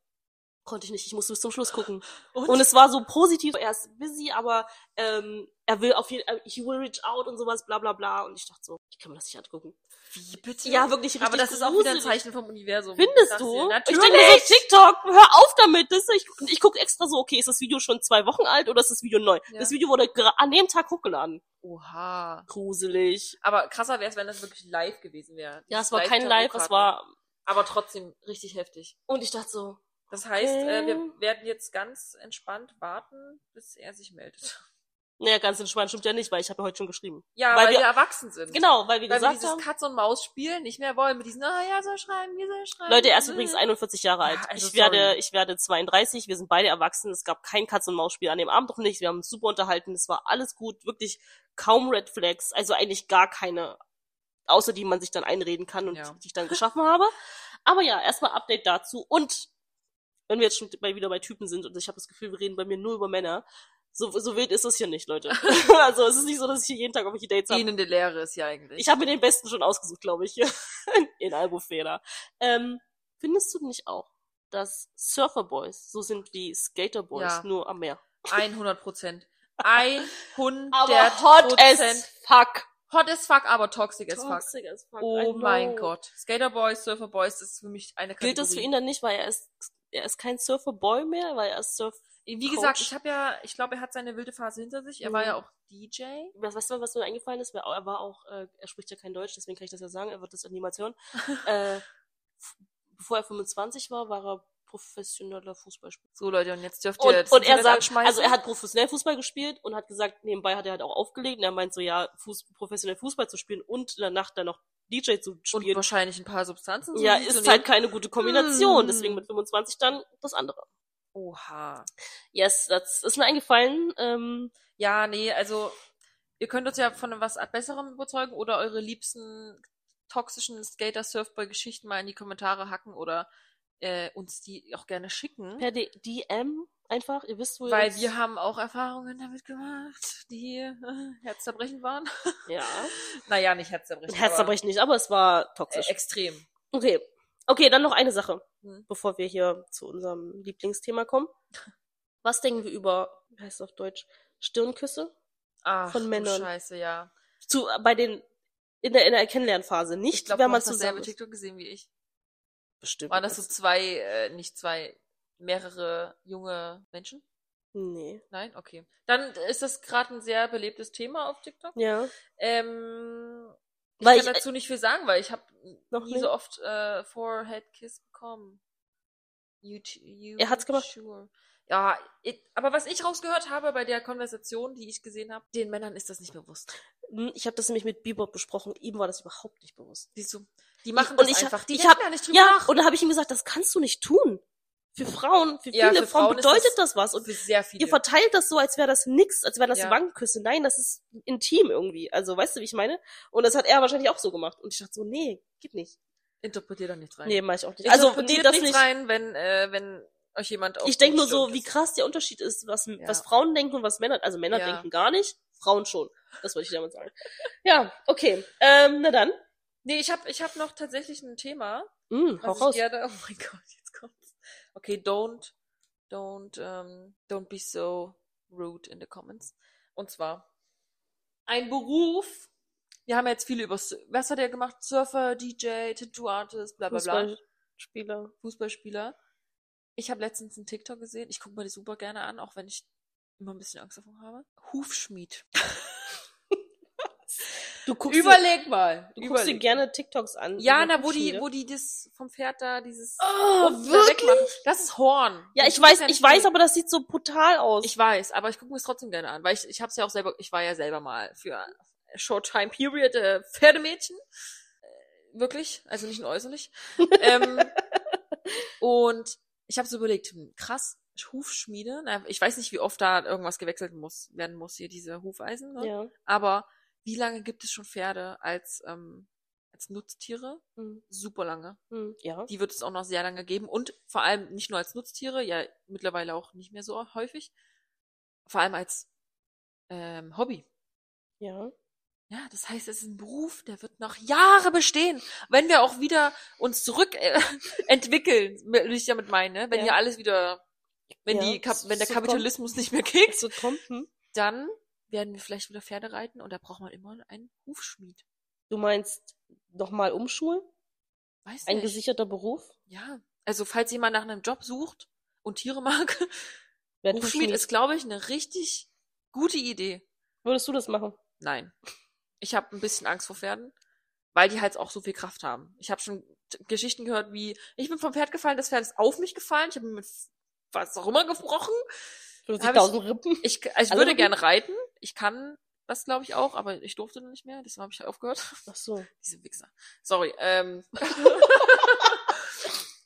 Speaker 1: Konnte ich nicht, ich musste bis zum Schluss gucken.
Speaker 2: Und?
Speaker 1: Und es war so positiv, er ist busy, aber ähm, er will auf jeden Fall, he will reach out und sowas, bla bla bla. Und ich dachte so, ich kann mir das nicht angucken.
Speaker 2: Wie bitte?
Speaker 1: Ja, wirklich richtig
Speaker 2: Aber das ist auch wieder ein
Speaker 1: gruselig.
Speaker 2: Zeichen vom Universum. Ich
Speaker 1: Findest
Speaker 2: sag's
Speaker 1: du?
Speaker 2: dir.
Speaker 1: Ich denke mir
Speaker 2: Natürlich!
Speaker 1: so, TikTok, hör auf damit. Das ist, ich und ich gucke extra so, okay, ist das Video schon zwei Wochen alt oder ist das Video neu?
Speaker 2: Ja.
Speaker 1: Das Video wurde gra- an dem Tag hochgeladen.
Speaker 2: Oha.
Speaker 1: Gruselig.
Speaker 2: Aber krasser wäre es, wenn das wirklich live gewesen wäre.
Speaker 1: Ja, es
Speaker 2: Dieses
Speaker 1: war kein Live, es
Speaker 2: Live-Tarotkarten.
Speaker 1: war...
Speaker 2: Aber trotzdem richtig heftig.
Speaker 1: Und ich dachte so,
Speaker 2: Das heißt, äh,
Speaker 1: Okay.
Speaker 2: wir werden jetzt ganz entspannt warten, bis er sich meldet.
Speaker 1: naja, ganz entspannt stimmt ja nicht, weil ich habe ja heute schon geschrieben.
Speaker 2: Ja,
Speaker 1: Weil
Speaker 2: weil,
Speaker 1: wir-
Speaker 2: wir erwachsen sind.
Speaker 1: Genau, weil wir
Speaker 2: Weil wir
Speaker 1: gesagt
Speaker 2: dieses
Speaker 1: haben...
Speaker 2: Katz-und-Maus-Spiel nicht mehr wollen. Mit diesen, ah ja, soll schreiben, wir soll schreiben.
Speaker 1: Leute, er ist
Speaker 2: wir-
Speaker 1: übrigens 41 Jahre alt.
Speaker 2: Ja, also
Speaker 1: ich werde,
Speaker 2: sorry.
Speaker 1: ich werde 32. Wir sind beide erwachsen. Es gab kein Katz- und Maus-Spiel an dem Abend noch nicht. Wir haben uns super unterhalten. Es war alles gut. Wirklich kaum Red Flags. Also eigentlich gar keine. Außer die man sich dann einreden kann und
Speaker 2: Ja.
Speaker 1: die ich dann geschaffen habe. Aber ja, erstmal Update dazu. Und wenn wir jetzt schon bei, wieder bei Typen sind und ich habe das Gefühl, wir reden bei mir nur über Männer. So, so wild ist das hier nicht, Leute. also es ist nicht so, dass ich hier jeden Tag irgendwelche Dates habe.
Speaker 2: Gähnende Lehre ist ja eigentlich.
Speaker 1: Ich habe mir den besten schon ausgesucht, glaube ich, hier in Albufera. Ähm, Findest du nicht auch, dass Surferboys so sind wie Skaterboys,
Speaker 2: Ja.
Speaker 1: nur am Meer?
Speaker 2: 100 Prozent. 100
Speaker 1: Aber hot as fuck.
Speaker 2: Hot as fuck, aber toxic as fuck.
Speaker 1: Toxic as fuck. I
Speaker 2: Oh
Speaker 1: know.
Speaker 2: mein Gott. Skaterboys, Surferboys, das ist für mich eine Kategorie.
Speaker 1: Gilt das für ihn dann nicht, weil er ist, er ist kein Surferboy mehr, weil er ist Surf...
Speaker 2: Wie gesagt,
Speaker 1: Coach?
Speaker 2: ich habe ja, ich glaube, er hat seine wilde Phase hinter sich. Er
Speaker 1: Mhm.
Speaker 2: war ja auch DJ.
Speaker 1: Was, weißt du, was mir eingefallen ist? Er war auch, äh, er spricht ja kein Deutsch, deswegen kann ich das ja sagen, er wird das niemals hören. äh, f- bevor er 25 war, war er professioneller Fußballspieler.
Speaker 2: So Leute, und jetzt dürft ihr
Speaker 1: Und,
Speaker 2: das
Speaker 1: und er
Speaker 2: Internet
Speaker 1: sagt,
Speaker 2: anschmeißen.
Speaker 1: also er hat professionell Fußball gespielt und hat gesagt, nebenbei hat er halt auch aufgelegt und er meint so, ja, Fuß, professionell Fußball zu spielen und in der Nacht dann noch DJ zu
Speaker 2: und
Speaker 1: spielen,
Speaker 2: wahrscheinlich ein paar Substanzen. zu
Speaker 1: ja,
Speaker 2: sich zu
Speaker 1: ist
Speaker 2: nehmen.
Speaker 1: halt keine gute Kombination.
Speaker 2: Mm.
Speaker 1: Deswegen mit 25 dann das andere.
Speaker 2: Oha.
Speaker 1: Yes, das ist mir eingefallen. Ähm,
Speaker 2: Ja, nee, also ihr könnt uns ja von was Besserem überzeugen oder eure liebsten toxischen Skater-Surfboy-Geschichten mal in die Kommentare hacken oder äh, uns die auch gerne schicken.
Speaker 1: per D DM einfach, ihr wisst, wo ihr
Speaker 2: Weil
Speaker 1: uns-
Speaker 2: wir haben auch Erfahrungen damit gemacht, die äh, herzzerbrechend waren.
Speaker 1: Ja.
Speaker 2: Naja, nicht herzzerbrechend.
Speaker 1: Herzzerbrechend nicht, aber es war
Speaker 2: aber,
Speaker 1: toxisch.
Speaker 2: Äh, extrem.
Speaker 1: Okay. Okay, dann noch eine Sache,
Speaker 2: Hm.
Speaker 1: bevor wir hier zu unserem Lieblingsthema kommen. Was denken wir über, wie heißt es auf Deutsch, Stirnküsse?
Speaker 2: Ach,
Speaker 1: Von
Speaker 2: du
Speaker 1: Männern.
Speaker 2: Scheiße, ja.
Speaker 1: Zu, bei den, in der, in der Kennenlernphase. Nicht,
Speaker 2: Ich glaube,
Speaker 1: wenn
Speaker 2: du
Speaker 1: man
Speaker 2: hast dasselbe
Speaker 1: zusammen ist.
Speaker 2: TikTok gesehen wie ich.
Speaker 1: Bestimmt.
Speaker 2: Waren das so zwei, äh, nicht zwei, mehrere junge Menschen?
Speaker 1: Also, Nee.
Speaker 2: Nein? Okay. Dann ist das gerade ein sehr belebtes Thema auf TikTok.
Speaker 1: Ja.
Speaker 2: Ähm, ich
Speaker 1: Weil
Speaker 2: kann
Speaker 1: ich- äh,
Speaker 2: dazu nicht viel sagen, weil ich habe
Speaker 1: Noch
Speaker 2: nie
Speaker 1: nie?
Speaker 2: so oft äh, Forehead Kiss bekommen. You, t- you
Speaker 1: Er hat's gemacht.
Speaker 2: Sure. Ja, it, aber was ich rausgehört habe bei der Konversation, die ich gesehen habe, den Männern ist das nicht bewusst.
Speaker 1: Hm, Ich habe das nämlich mit Bebop besprochen. Ihm war das überhaupt nicht bewusst.
Speaker 2: Siehst du, die machen das
Speaker 1: und ich hab-
Speaker 2: einfach. Die
Speaker 1: ich
Speaker 2: denken
Speaker 1: hab-
Speaker 2: ja nicht drüber
Speaker 1: Ja,
Speaker 2: nach.
Speaker 1: und da habe ich ihm gesagt, das kannst du nicht tun. Für Frauen, für viele
Speaker 2: Ja, für
Speaker 1: Frauen,
Speaker 2: Frauen ist
Speaker 1: bedeutet
Speaker 2: das-
Speaker 1: das, was. Und
Speaker 2: für sehr viele.
Speaker 1: ihr verteilt das so, als wäre das nix, als wären das
Speaker 2: Ja.
Speaker 1: Wangenküsse. Nein, das ist intim irgendwie. Also, weißt du, wie ich meine? Und das hat er wahrscheinlich auch so gemacht. Und ich dachte so, nee, geht nicht.
Speaker 2: Interpretiert da nichts rein.
Speaker 1: Nee, mach ich auch nicht. Also, nee,
Speaker 2: Interpretiert
Speaker 1: das
Speaker 2: nichts
Speaker 1: nicht.
Speaker 2: rein, wenn, äh, wenn euch jemand auf
Speaker 1: Ich
Speaker 2: den
Speaker 1: denke nur so,
Speaker 2: Stirn
Speaker 1: wie
Speaker 2: küsst.
Speaker 1: krass der Unterschied ist, was, was Frauen denken und was Männer, also Männer
Speaker 2: Ja.
Speaker 1: denken gar nicht, Frauen schon. Das wollte ich damit sagen. ja, okay. Ähm, na dann.
Speaker 2: Nee, ich habe ich hab noch tatsächlich ein Thema.
Speaker 1: Mm, hau
Speaker 2: Was
Speaker 1: raus.
Speaker 2: ich gerne, oh mein Gott, jetzt kommt's. Okay, don't, don't, ähm, don't be so rude in the comments. Und zwar, ein Beruf, wir haben ja jetzt viele über, Sur- was hat er gemacht? Surfer, DJ, Tattoo-Artist, bla bla bla.
Speaker 1: Fußballspieler.
Speaker 2: Fußballspieler. Ich habe letztens einen TikTok gesehen, ich gucke mir die super gerne an, auch wenn ich immer ein bisschen Angst davon habe. Hufschmied.
Speaker 1: Du guckst, dir,
Speaker 2: Überleg mal.
Speaker 1: du guckst dir
Speaker 2: überleg.
Speaker 1: gerne TikToks an.
Speaker 2: Ja,
Speaker 1: über
Speaker 2: na, wo die,
Speaker 1: Hufschmiede.
Speaker 2: wo die das vom Pferd da, dieses
Speaker 1: Oh,
Speaker 2: Kopf da
Speaker 1: wirklich?
Speaker 2: wegmachen. Das ist Horn.
Speaker 1: Ja,
Speaker 2: Den
Speaker 1: ich
Speaker 2: tut das
Speaker 1: weiß,
Speaker 2: ja
Speaker 1: ich
Speaker 2: nicht
Speaker 1: weiß,
Speaker 2: weh.
Speaker 1: aber das sieht so brutal aus.
Speaker 2: Ich weiß, aber ich gucke mir es trotzdem gerne an, weil ich, ich hab's ja auch selber, ich war ja selber mal für eine Short Time Period äh, Pferdemädchen. Äh, wirklich, also nicht nur äußerlich. ähm, und ich habe so überlegt, hm, krass, Hufschmiede, na, ich weiß nicht, wie oft da irgendwas gewechselt muss, werden muss, hier diese Hufeisen, ne?
Speaker 1: ja.
Speaker 2: aber wie lange gibt es schon Pferde als, ähm, als Nutztiere? Super lange.
Speaker 1: Hm, Mm, Ja.
Speaker 2: Die wird es auch noch sehr lange geben und vor allem nicht nur als Nutztiere, ja mittlerweile auch nicht mehr so häufig, vor allem als ähm, Hobby.
Speaker 1: Ja.
Speaker 2: Ja, das heißt, es ist ein Beruf, der wird noch Jahre bestehen, wenn wir auch wieder uns zurück äh, entwickeln, will ich damit meinen, ne? wenn
Speaker 1: Ja.
Speaker 2: hier alles wieder, wenn
Speaker 1: Ja,
Speaker 2: die, Kap wenn der
Speaker 1: so
Speaker 2: Kapitalismus nicht mehr kickt,
Speaker 1: So
Speaker 2: Hm?
Speaker 1: Trompen.
Speaker 2: dann werden wir vielleicht wieder Pferde reiten und da braucht man immer einen Hufschmied.
Speaker 1: Du meinst nochmal umschulen?
Speaker 2: Weiß
Speaker 1: Ein
Speaker 2: nicht.
Speaker 1: gesicherter Beruf?
Speaker 2: Ja, also falls jemand nach einem Job sucht und Tiere mag,
Speaker 1: Werd
Speaker 2: Hufschmied
Speaker 1: Hufschmied.
Speaker 2: ist, glaube ich, eine richtig gute Idee.
Speaker 1: Würdest du das machen?
Speaker 2: Nein. Ich habe ein bisschen Angst vor Pferden, weil die halt auch so viel Kraft haben. Ich habe schon t- Geschichten gehört wie, ich bin vom Pferd gefallen, das Pferd ist auf mich gefallen, ich habe mit was auch immer gebrochen.
Speaker 1: 40.000 Rippen?
Speaker 2: Ich, k- also ich
Speaker 1: Alle
Speaker 2: würde
Speaker 1: Rippen?
Speaker 2: gerne reiten. Ich kann das, glaube ich, auch, aber ich durfte nicht mehr, deswegen habe ich halt aufgehört.
Speaker 1: Ach so.
Speaker 2: Diese Wichser. Sorry. Ähm.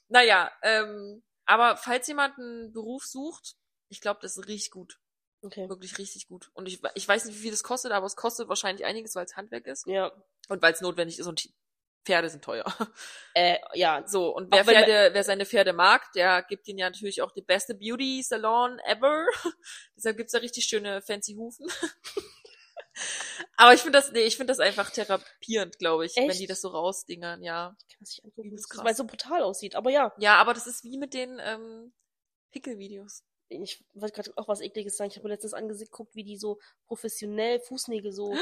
Speaker 2: naja, ähm, aber falls jemand einen Beruf sucht, ich glaube, das ist richtig gut.
Speaker 1: Okay.
Speaker 2: Wirklich richtig gut. Und ich, ich weiß nicht, wie viel das kostet, aber es kostet wahrscheinlich einiges, weil es Handwerk ist
Speaker 1: Ja.
Speaker 2: und weil es notwendig ist und die Pferde sind teuer.
Speaker 1: Äh, ja.
Speaker 2: So, und wer,
Speaker 1: Auch wenn-
Speaker 2: Pferde, wer seine Pferde mag, der gibt ihnen ja natürlich auch die beste Beauty Salon ever. Deshalb gibt's da richtig schöne fancy Hufen. Aber ich finde das, nee, ich finde das einfach therapierend, glaube ich, wenn
Speaker 1: Echt?
Speaker 2: die das so rausdingern, ja.
Speaker 1: Ich kann das nicht angucken,
Speaker 2: Übelst krass.
Speaker 1: weil es so brutal aussieht. Aber ja,
Speaker 2: Ja, aber das ist wie mit den ähm, Pickelvideos.
Speaker 1: ich wollte gerade auch was Ekliges sagen. Ich habe mir letztens angeguckt, wie die so professionell Fußnägel so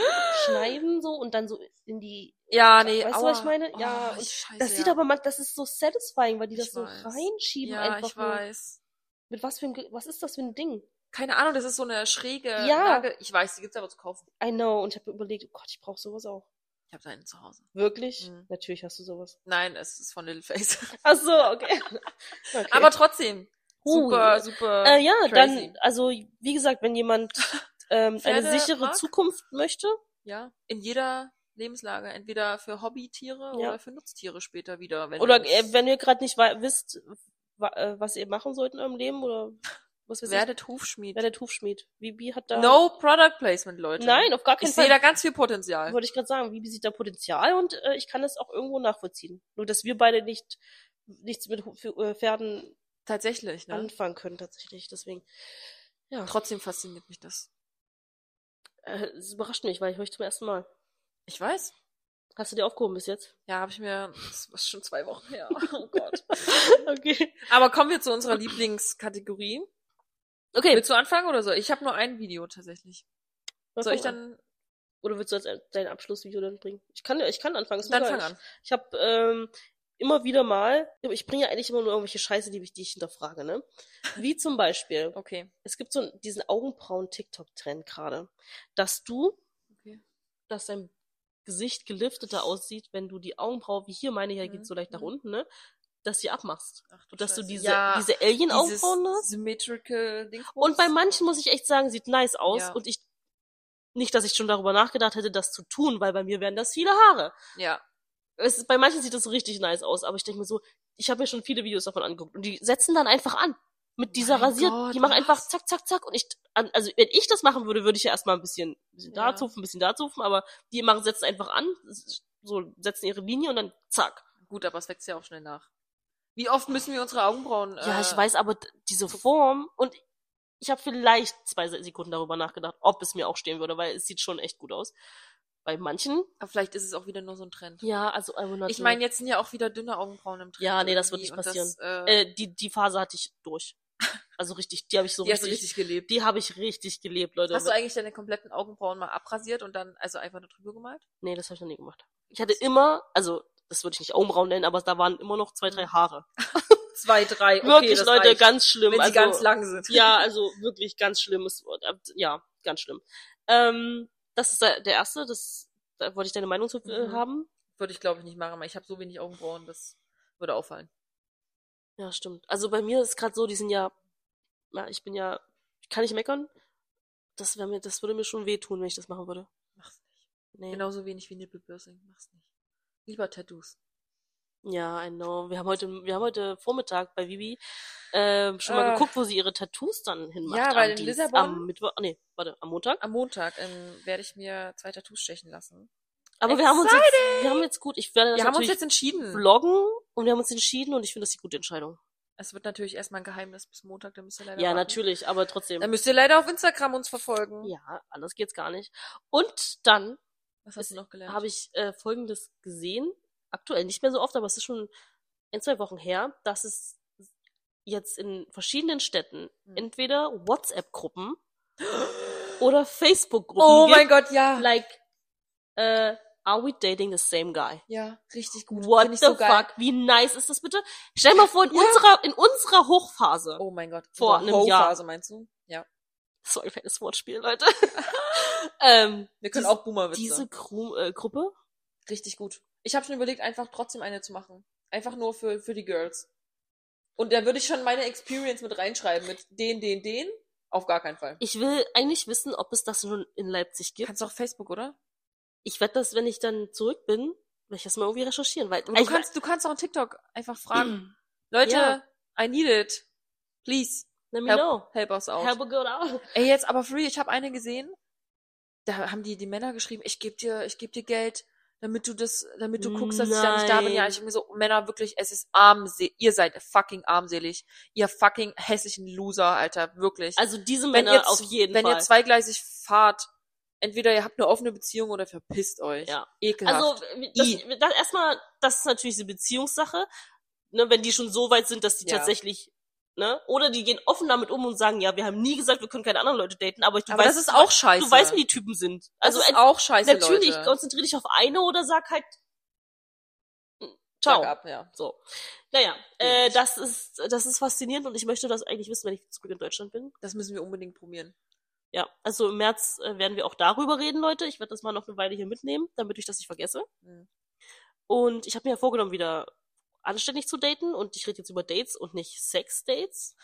Speaker 1: schneiden so und dann so in die.
Speaker 2: Ja, nee,
Speaker 1: Weißt du,
Speaker 2: aua.
Speaker 1: was ich meine? Ja,
Speaker 2: oh,
Speaker 1: und
Speaker 2: scheiße,
Speaker 1: Das sieht
Speaker 2: ja.
Speaker 1: aber man, das ist so satisfying, weil die das
Speaker 2: Ich
Speaker 1: so
Speaker 2: weiß.
Speaker 1: reinschieben
Speaker 2: ja,
Speaker 1: einfach
Speaker 2: ich
Speaker 1: nur.
Speaker 2: weiß.
Speaker 1: Mit was für ein, Ge- was ist das für ein Ding?
Speaker 2: Keine Ahnung, das ist so eine schräge
Speaker 1: Ja.
Speaker 2: Lage. Ich weiß, die gibt's aber zu kaufen.
Speaker 1: I know. Und ich habe überlegt, oh Gott, ich brauche sowas auch.
Speaker 2: Ich habe da einen zu Hause.
Speaker 1: Wirklich?
Speaker 2: Mhm.
Speaker 1: Natürlich hast du sowas.
Speaker 2: Nein, es ist von Little Face.
Speaker 1: Ach so, okay. okay.
Speaker 2: Aber trotzdem.
Speaker 1: Uh.
Speaker 2: Super, super.
Speaker 1: äh, ja,
Speaker 2: crazy.
Speaker 1: dann, also wie gesagt, wenn jemand ähm, eine
Speaker 2: Pferde
Speaker 1: sichere
Speaker 2: mag?
Speaker 1: Zukunft möchte,
Speaker 2: Ja, in jeder Lebenslage. Entweder für Hobbytiere
Speaker 1: Ja.
Speaker 2: oder für Nutztiere später wieder. Wenn
Speaker 1: oder
Speaker 2: du-
Speaker 1: äh, wenn ihr gerade nicht wei- wisst, wa äh, was ihr machen sollt in eurem Leben oder was weiß
Speaker 2: Werdet Hufschmied.
Speaker 1: ich, werdet Hufschmied. Bibi hat da.
Speaker 2: No Product Placement, Leute.
Speaker 1: Nein, auf gar keinen
Speaker 2: Ich sehe
Speaker 1: Fall.
Speaker 2: da ganz viel Potenzial.
Speaker 1: Wollte ich gerade sagen, Bibi sieht da Potenzial und äh, ich kann das auch irgendwo nachvollziehen. Nur, dass wir beide nicht nichts mit Hu- für, äh, Pferden
Speaker 2: Tatsächlich, ne?
Speaker 1: anfangen können tatsächlich. Deswegen, ja,
Speaker 2: Trotzdem fasziniert mich das.
Speaker 1: äh, es überrascht mich, weil ich höre ich zum ersten Mal.
Speaker 2: Ich weiß.
Speaker 1: Hast du dir aufgehoben bis jetzt?
Speaker 2: Ja, habe ich mir. Das war schon zwei Wochen her. Oh Gott.
Speaker 1: Okay.
Speaker 2: Aber kommen wir zu unserer Lieblingskategorie.
Speaker 1: Okay.
Speaker 2: Willst du anfangen oder so? Ich habe nur ein Video tatsächlich.
Speaker 1: mal
Speaker 2: Soll
Speaker 1: fang
Speaker 2: ich
Speaker 1: an.
Speaker 2: dann.
Speaker 1: Oder willst du jetzt ein- dein Abschlussvideo dann bringen? Ich kann, ich kann anfangen. ist mir
Speaker 2: Dann
Speaker 1: egal.
Speaker 2: fang an.
Speaker 1: Ich habe ähm, immer wieder mal, ich bringe ja eigentlich immer nur irgendwelche Scheiße, die, mich- die ich hinterfrage, ne? Wie zum Beispiel,
Speaker 2: Okay.
Speaker 1: es gibt so einen- diesen Augenbrauen-TikTok-Trend gerade, dass du,
Speaker 2: Okay.
Speaker 1: dass dein Gesicht gelifteter aussieht, wenn du die Augenbraue, wie hier meine, hier
Speaker 2: Mhm.
Speaker 1: geht so leicht nach
Speaker 2: Mhm.
Speaker 1: unten, ne? Dass die abmachst.
Speaker 2: Ach,
Speaker 1: Und dass du
Speaker 2: Scheiße.
Speaker 1: diese,
Speaker 2: Ja,
Speaker 1: diese
Speaker 2: dieses
Speaker 1: Alien-Augenbrauen hast.
Speaker 2: Symmetrical Ding.
Speaker 1: Und bei manchen muss ich echt sagen, sieht nice aus.
Speaker 2: Ja.
Speaker 1: Und ich, nicht, dass ich schon darüber nachgedacht hätte, das zu tun, weil bei mir wären das viele Haare.
Speaker 2: Ja.
Speaker 1: Es ist, bei manchen sieht das so richtig nice aus, aber ich denke mir so, ich habe mir schon viele Videos davon angeguckt und die setzen dann einfach an. Mit dieser
Speaker 2: Mein
Speaker 1: rasiert,
Speaker 2: Gott,
Speaker 1: die machen einfach
Speaker 2: was?
Speaker 1: zack, zack, zack und ich, an- also wenn ich das machen würde, würde ich ja erstmal ein bisschen, ein bisschen da
Speaker 2: Ja.
Speaker 1: zupfen, ein bisschen da zupfen, aber die machen, setzen einfach an, so setzen ihre Linie und dann zack.
Speaker 2: Gut, aber es wächst ja auch schnell nach. Wie oft müssen wir unsere Augenbrauen.
Speaker 1: Ja,
Speaker 2: äh,
Speaker 1: ich weiß, aber d- diese Form und ich habe vielleicht zwei Se- Sekunden darüber nachgedacht, ob es mir auch stehen würde, weil es sieht schon echt gut aus. Bei manchen,
Speaker 2: Aber vielleicht ist es auch wieder nur so ein Trend.
Speaker 1: ja, also I will not
Speaker 2: Ich
Speaker 1: do
Speaker 2: meine,
Speaker 1: it.
Speaker 2: jetzt sind ja auch wieder dünne Augenbrauen im Trend.
Speaker 1: Ja, nee, das wird
Speaker 2: irgendwie
Speaker 1: nicht
Speaker 2: und das, äh,
Speaker 1: äh, die die Phase hatte ich durch. Also richtig, die habe ich so
Speaker 2: die hast du
Speaker 1: richtig,
Speaker 2: richtig gelebt.
Speaker 1: die habe ich richtig gelebt, Leute.
Speaker 2: Hast du eigentlich deine kompletten Augenbrauen mal abrasiert und dann also einfach nur drüber gemalt?
Speaker 1: nee, das habe ich noch nie gemacht. Ich hatte immer, also das würde ich nicht Augenbrauen nennen, aber da waren immer noch zwei, drei Haare.
Speaker 2: Zwei, drei. Mhm. Okay,
Speaker 1: Wirklich,
Speaker 2: das
Speaker 1: Leute,
Speaker 2: reicht.
Speaker 1: ganz schlimm.
Speaker 2: wenn sie
Speaker 1: also,
Speaker 2: ganz lang sind.
Speaker 1: Ja, also wirklich ganz schlimmes Wort. Ab- Ja, ganz schlimm. Ähm, das ist der der erste, das da wollte ich deine Meinung zu äh,
Speaker 2: Mhm.
Speaker 1: haben.
Speaker 2: Würde ich glaube ich nicht machen, weil ich habe so wenig Augenbrauen, das würde auffallen.
Speaker 1: Ja, stimmt. Also bei mir ist gerade so, die sind ja, ja, ich bin ja, kann ich meckern? Das wäre mir, das würde mir schon wehtun, wenn ich das machen würde.
Speaker 2: Mach's nicht.
Speaker 1: Nee.
Speaker 2: Genauso wenig wie Nippelbürsing. Mach's nicht. Lieber Tattoos.
Speaker 1: Ja, I know. Wir haben heute, wir haben heute Vormittag bei Vivi ähm, schon mal
Speaker 2: Ah.
Speaker 1: geguckt, wo sie ihre Tattoos dann hinmacht.
Speaker 2: Ja, weil
Speaker 1: am
Speaker 2: in
Speaker 1: Dienst,
Speaker 2: Lissabon-
Speaker 1: am Mittwoch, nee, warte, am Montag.
Speaker 2: Am Montag ähm, werde ich mir zwei Tattoos stechen lassen.
Speaker 1: Aber wir haben uns jetzt, wir haben jetzt gut, ich werde das
Speaker 2: Wir haben uns
Speaker 1: natürlich
Speaker 2: jetzt entschieden.
Speaker 1: vloggen und wir haben uns entschieden und ich finde das ist die gute Entscheidung.
Speaker 2: Es wird natürlich erstmal ein Geheimnis bis Montag, da müsst ihr leider
Speaker 1: Ja,
Speaker 2: warten.
Speaker 1: natürlich, aber trotzdem.
Speaker 2: Dann müsst ihr leider auf Instagram uns verfolgen.
Speaker 1: ja, anders geht's gar nicht. Und dann
Speaker 2: Was hast du noch gelernt?
Speaker 1: habe ich äh, Folgendes gesehen, aktuell nicht mehr so oft, aber es ist schon ein, zwei Wochen her, dass es jetzt in verschiedenen Städten
Speaker 2: Hm.
Speaker 1: entweder WhatsApp-Gruppen oder Facebook-Gruppen
Speaker 2: oh
Speaker 1: gibt.
Speaker 2: mein Gott, ja.
Speaker 1: Like, äh, are we dating the same guy?
Speaker 2: Ja, richtig gut.
Speaker 1: What
Speaker 2: Find
Speaker 1: the
Speaker 2: ich so geil.
Speaker 1: fuck? Wie nice ist das bitte? Stell mal vor, in
Speaker 2: Ja.
Speaker 1: unserer, in unserer Hochphase.
Speaker 2: Oh mein Gott.
Speaker 1: Vor
Speaker 2: Unsere
Speaker 1: einem Jahr.
Speaker 2: Ho-Phase, meinst du? Ja.
Speaker 1: Sorry für das Wortspiel, Leute. ähm,
Speaker 2: Wir können
Speaker 1: diese-
Speaker 2: auch Boomer-Witze.
Speaker 1: Diese Gru äh, Gruppe?
Speaker 2: Richtig gut. Ich habe schon überlegt, einfach trotzdem eine zu machen. Einfach nur für, für die Girls. Und da würde ich schon meine Experience mit reinschreiben. Mit den, den, den. Auf gar keinen Fall.
Speaker 1: Ich will eigentlich wissen, ob es das nun in Leipzig gibt.
Speaker 2: Kannst du auch Facebook, oder?
Speaker 1: Ich werde das, wenn ich dann zurück bin, werde ich das mal irgendwie recherchieren, weil
Speaker 2: Und du,
Speaker 1: ich,
Speaker 2: kannst, du kannst auch in TikTok einfach fragen. Leute,
Speaker 1: Ja.
Speaker 2: I need it. Please,
Speaker 1: let me
Speaker 2: help,
Speaker 1: know.
Speaker 2: help us out.
Speaker 1: Help a girl out.
Speaker 2: Ey, jetzt aber free, ich habe eine gesehen. Da haben die die Männer geschrieben, ich gebe dir, ich gebe dir Geld, damit du das, damit du guckst, dass ich da nicht da bin. Ja,
Speaker 1: Nein.
Speaker 2: ich hab mir so Männer wirklich, es ist armselig, ihr seid fucking armselig, ihr fucking hässlichen Loser, Alter, wirklich.
Speaker 1: Also diese
Speaker 2: wenn
Speaker 1: Männer
Speaker 2: ihr,
Speaker 1: auf
Speaker 2: z-
Speaker 1: jeden
Speaker 2: wenn
Speaker 1: Fall.
Speaker 2: ihr zweigleisig fahrt, entweder ihr habt eine offene Beziehung oder verpisst euch.
Speaker 1: Ja.
Speaker 2: Ekelhaft.
Speaker 1: Also, das,
Speaker 2: I.
Speaker 1: das erstmal, das ist natürlich eine Beziehungssache, ne, wenn die schon so weit sind, dass die
Speaker 2: Ja.
Speaker 1: tatsächlich, ne, oder die gehen offen damit um und sagen, ja, wir haben nie gesagt, wir können keine anderen Leute daten, aber du
Speaker 2: aber
Speaker 1: weißt,
Speaker 2: das ist auch
Speaker 1: du
Speaker 2: scheiße.
Speaker 1: weißt, wie die Typen sind.
Speaker 2: das
Speaker 1: Also,
Speaker 2: ist
Speaker 1: ent-
Speaker 2: auch scheiße,
Speaker 1: natürlich,
Speaker 2: Leute.
Speaker 1: konzentriere dich auf eine oder sag halt, hm,
Speaker 2: Sag
Speaker 1: ciao.
Speaker 2: Ab, ja.
Speaker 1: So. Naja,
Speaker 2: Ja.
Speaker 1: äh, das ist, das ist faszinierend und ich möchte das eigentlich wissen, wenn ich zurück in Deutschland bin.
Speaker 2: Das müssen wir unbedingt probieren.
Speaker 1: Ja, also im März äh, werden wir auch darüber reden, Leute. Ich werde das mal noch eine Weile hier mitnehmen, damit ich das nicht vergesse.
Speaker 2: Mhm.
Speaker 1: Und ich habe mir ja vorgenommen, wieder anständig zu daten und ich rede jetzt über Dates und nicht Sex-Dates.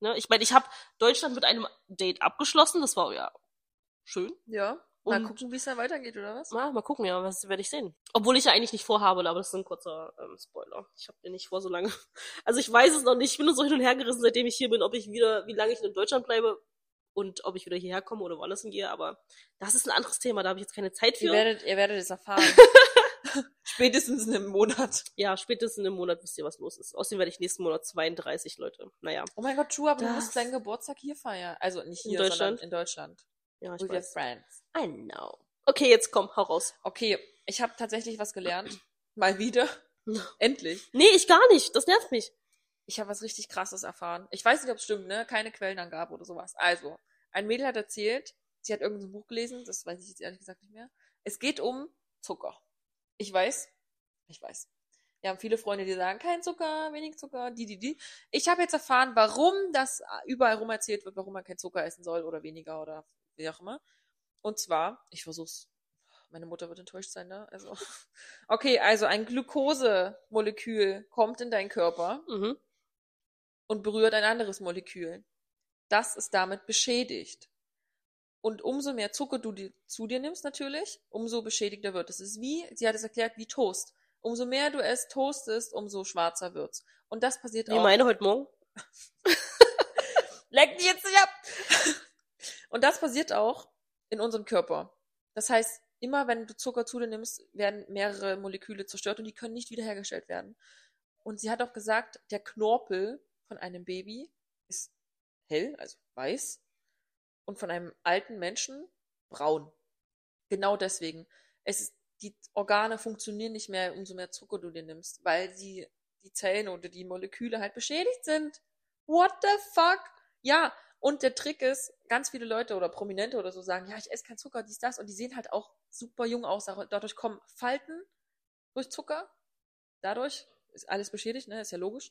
Speaker 1: ne? Ich meine, ich habe Deutschland mit einem Date abgeschlossen, das war ja schön.
Speaker 2: Ja. Mal
Speaker 1: Und-
Speaker 2: gucken, wie es dann weitergeht, oder was?
Speaker 1: Mal, mal gucken, ja, was werde ich sehen. Obwohl ich ja eigentlich nicht vorhabe, aber das ist ein kurzer ähm, Spoiler. Ich habe mir nicht vor so lange. Also ich weiß es noch nicht. Ich bin nur so hin und her gerissen, seitdem ich hier bin, ob ich wieder, wie lange ich in Deutschland bleibe und ob ich wieder hierher komme oder woanders hingehe. Aber das ist ein anderes Thema. Da habe ich jetzt keine Zeit
Speaker 2: Ihr
Speaker 1: für.
Speaker 2: werdet, ihr werdet es erfahren. Spätestens in einem Monat.
Speaker 1: Ja, spätestens im Monat wisst ihr, was los ist. Außerdem werde ich nächsten Monat 32, Leute. Naja,
Speaker 2: Oh mein Gott, True, aber du
Speaker 1: Das-
Speaker 2: musst deinen Geburtstag hier feiern. Also nicht
Speaker 1: In
Speaker 2: hier,
Speaker 1: Deutschland?
Speaker 2: sondern in Deutschland.
Speaker 1: ja, ich
Speaker 2: With your
Speaker 1: weiß.
Speaker 2: friends.
Speaker 1: I know. Okay, jetzt komm, hau raus.
Speaker 2: Okay, ich habe tatsächlich was gelernt. Mal wieder. Endlich.
Speaker 1: Nee, ich gar nicht. Das nervt mich.
Speaker 2: Ich habe was richtig krasses erfahren. Ich weiß nicht, ob es stimmt, ne? Keine Quellenangabe oder sowas. Also, ein Mädel hat erzählt, sie hat irgendein Buch gelesen, das weiß ich jetzt ehrlich gesagt nicht mehr. Es geht um Zucker. Ich weiß, ich weiß. Wir haben viele Freunde, die sagen, kein Zucker, wenig Zucker, die, die, die. Ich habe jetzt erfahren, warum das überall rum erzählt wird, warum man kein Zucker essen soll oder weniger oder wie auch immer. Und zwar, ich versuch's. Meine Mutter wird enttäuscht sein, ne? Also. Okay, also ein Glukosemolekül kommt in deinen Körper
Speaker 1: Mhm.
Speaker 2: und berührt ein anderes Molekül. Das ist damit beschädigt. Und umso mehr Zucker du dir, zu dir nimmst natürlich, umso beschädigter wird es. Es ist wie, sie hat es erklärt, wie Toast. Umso mehr du es toastest, umso schwarzer wird's. Und das passiert
Speaker 1: Wie
Speaker 2: auch.
Speaker 1: meine heute Morgen?
Speaker 2: Leck die jetzt nicht ab! Und das passiert auch in unserem Körper. Das heißt, immer wenn du Zucker zu dir nimmst, werden mehrere Moleküle zerstört und die können nicht wiederhergestellt werden. Und sie hat auch gesagt, der Knorpel von einem Baby ist hell, also weiß, und von einem alten Menschen braun. Genau deswegen. Es ist, die Organe funktionieren nicht mehr, umso mehr Zucker du dir nimmst, weil sie, die Zellen oder die Moleküle halt beschädigt sind. What the fuck? Ja, und der Trick ist, ganz viele Leute oder Prominente oder so sagen, ja, ich esse keinen Zucker, dies, das, und die sehen halt auch super jung aus. Dadurch kommen Falten durch Zucker. Dadurch ist alles beschädigt, ne, ist ja logisch.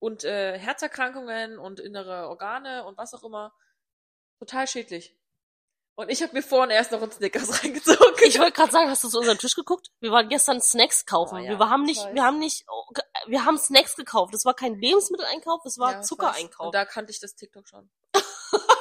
Speaker 2: Und äh, Herzerkrankungen und innere Organe und was auch immer. Total schädlich. Und ich habe mir vorhin erst noch einen Snickers reingezogen.
Speaker 1: Ich wollte gerade sagen, hast du zu unserem Tisch geguckt? Wir waren gestern Snacks kaufen.
Speaker 2: Oh ja,
Speaker 1: wir haben
Speaker 2: ich
Speaker 1: nicht,
Speaker 2: weiß.
Speaker 1: wir haben nicht, oh, ge- wir haben Snacks gekauft. Das war kein Lebensmitteleinkauf, es
Speaker 2: Ja,
Speaker 1: war
Speaker 2: ich weiß.
Speaker 1: Zuckereinkauf.
Speaker 2: Und da kannte ich das TikTok schon.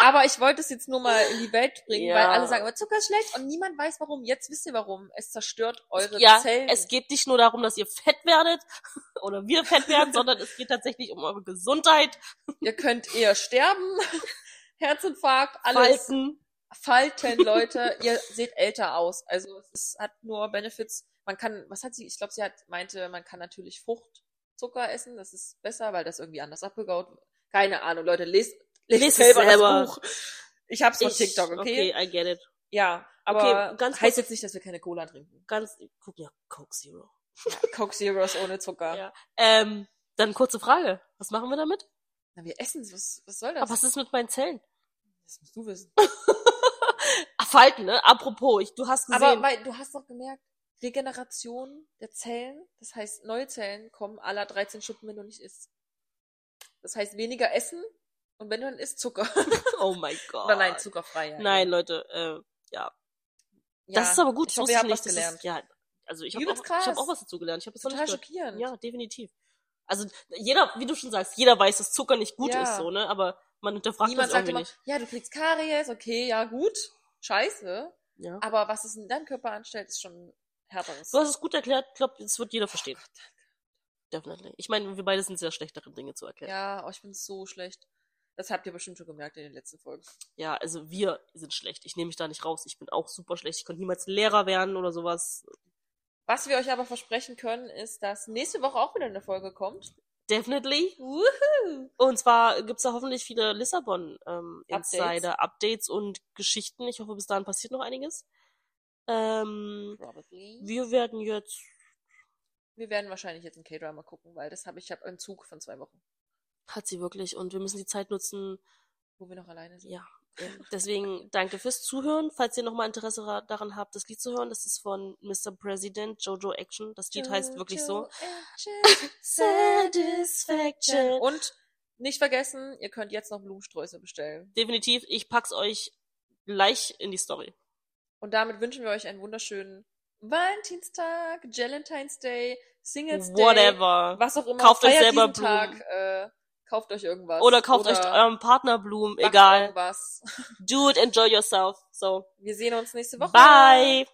Speaker 2: aber ich wollte es jetzt nur mal in die Welt bringen,
Speaker 1: Ja.
Speaker 2: weil alle sagen, aber Zucker ist schlecht und niemand weiß warum. Jetzt wisst ihr warum. Es zerstört eure
Speaker 1: ja,
Speaker 2: Zellen.
Speaker 1: es geht nicht nur darum, dass ihr fett werdet oder wir fett werden, sondern es geht tatsächlich um eure Gesundheit,
Speaker 2: ihr könnt eher sterben. Herzinfarkt, alles.
Speaker 1: Falten.
Speaker 2: Falten, Leute. ihr seht älter aus. Also es hat nur Benefits. Man kann, was hat sie? Ich glaube, sie hat meinte, man kann natürlich Fruchtzucker essen. Das ist besser, weil das irgendwie anders abgebaut wird. Keine Ahnung, Leute. Lest, lest,
Speaker 1: Lest es
Speaker 2: selber,
Speaker 1: selber.
Speaker 2: das Buch. Ich hab's von TikTok, okay?
Speaker 1: Okay, I get it.
Speaker 2: Ja, aber
Speaker 1: Okay, ganz kurz-
Speaker 2: heißt jetzt nicht, dass wir keine Cola trinken.
Speaker 1: Ganz, guck ja, Coke Zero.
Speaker 2: Coke Zeros ohne Zucker.
Speaker 1: Ja. Ähm, dann kurze Frage. Was machen wir damit?
Speaker 2: Na, wir essen's. Was, was soll das?
Speaker 1: Aber was ist mit meinen Zellen?
Speaker 2: das musst du wissen.
Speaker 1: Ah, Falten, ne? Apropos, ich, du hast gesehen.
Speaker 2: Aber weil, du hast doch gemerkt, Regeneration der Zellen, das heißt, neue Zellen kommen aller 13 Stunden, wenn du nicht isst. Das heißt, weniger essen und wenn du dann isst, Zucker.
Speaker 1: oh mein Gott.
Speaker 2: Oder nein, zuckerfrei. Ja.
Speaker 1: Nein, Leute, äh,
Speaker 2: ja.
Speaker 1: Das ist aber gut,
Speaker 2: Ich
Speaker 1: das
Speaker 2: hoffe, ihr
Speaker 1: wusste ich
Speaker 2: habt
Speaker 1: nicht.
Speaker 2: was
Speaker 1: das
Speaker 2: gelernt.
Speaker 1: Ist, ja, also ich habe
Speaker 2: Übelst
Speaker 1: auch, ich hab
Speaker 2: krass.
Speaker 1: auch was dazu gelernt. Ich habe das noch
Speaker 2: Total
Speaker 1: nicht gehört.
Speaker 2: schockierend.
Speaker 1: Ja, definitiv. Also jeder, wie du schon sagst, jeder weiß, dass Zucker nicht gut
Speaker 2: Ja.
Speaker 1: ist, so ne. Aber man hinterfragt
Speaker 2: Niemand
Speaker 1: das
Speaker 2: sagt immer,
Speaker 1: irgendwie nicht.
Speaker 2: ja, du kriegst Karies, okay, ja, gut, scheiße.
Speaker 1: Ja.
Speaker 2: Aber was es in deinem Körper anstellt, ist schon härteres.
Speaker 1: Du hast es gut erklärt. Ich glaube, das wird jeder verstehen.
Speaker 2: Gott,
Speaker 1: Definitely. Ich meine, wir beide sind sehr schlecht darin, Dinge zu erklären.
Speaker 2: Ja, oh, ich bin so schlecht. Das habt ihr bestimmt schon gemerkt in den letzten Folgen.
Speaker 1: Ja, also wir sind schlecht. Ich nehme mich da nicht raus. Ich bin auch super schlecht. Ich konnte niemals Lehrer werden oder sowas.
Speaker 2: Was wir euch aber versprechen können, ist, dass nächste Woche auch wieder eine Folge kommt.
Speaker 1: Definitely.
Speaker 2: Woohoo!
Speaker 1: Und zwar gibt's da hoffentlich viele Lissabon-Insider-Updates und Geschichten. Ich hoffe, bis dahin passiert noch einiges. Ähm,
Speaker 2: Probably.
Speaker 1: wir werden jetzt.
Speaker 2: Wir werden wahrscheinlich jetzt ein K-Drama gucken, weil das habe ich, ich habe einen Zug von zwei Wochen,
Speaker 1: Hat sie wirklich. Und wir müssen die Zeit nutzen.
Speaker 2: wo wir noch alleine sind.
Speaker 1: Ja. ähm, Deswegen danke fürs Zuhören. Falls ihr nochmal Interesse ra- daran habt, das Lied zu hören, das ist von Mr. President Jojo Action. Das Lied heißt wirklich so. Satisfaction.
Speaker 2: Und nicht vergessen, ihr könnt jetzt noch Blumensträuße bestellen.
Speaker 1: Definitiv, ich pack's euch gleich in die Story.
Speaker 2: Und damit wünschen wir euch einen wunderschönen Valentinstag, Valentine's Day, Singles Day,
Speaker 1: Whatever.
Speaker 2: was auch immer.
Speaker 1: Kauft euch
Speaker 2: Feiert
Speaker 1: selber
Speaker 2: diesen Tag, äh, kauft euch irgendwas.
Speaker 1: Oder kauft euch
Speaker 2: Oder
Speaker 1: eurem Partner Blumen,
Speaker 2: macht
Speaker 1: egal.
Speaker 2: Irgendwas.
Speaker 1: Do it, enjoy yourself. So,
Speaker 2: Wir sehen uns nächste Woche.
Speaker 1: bye.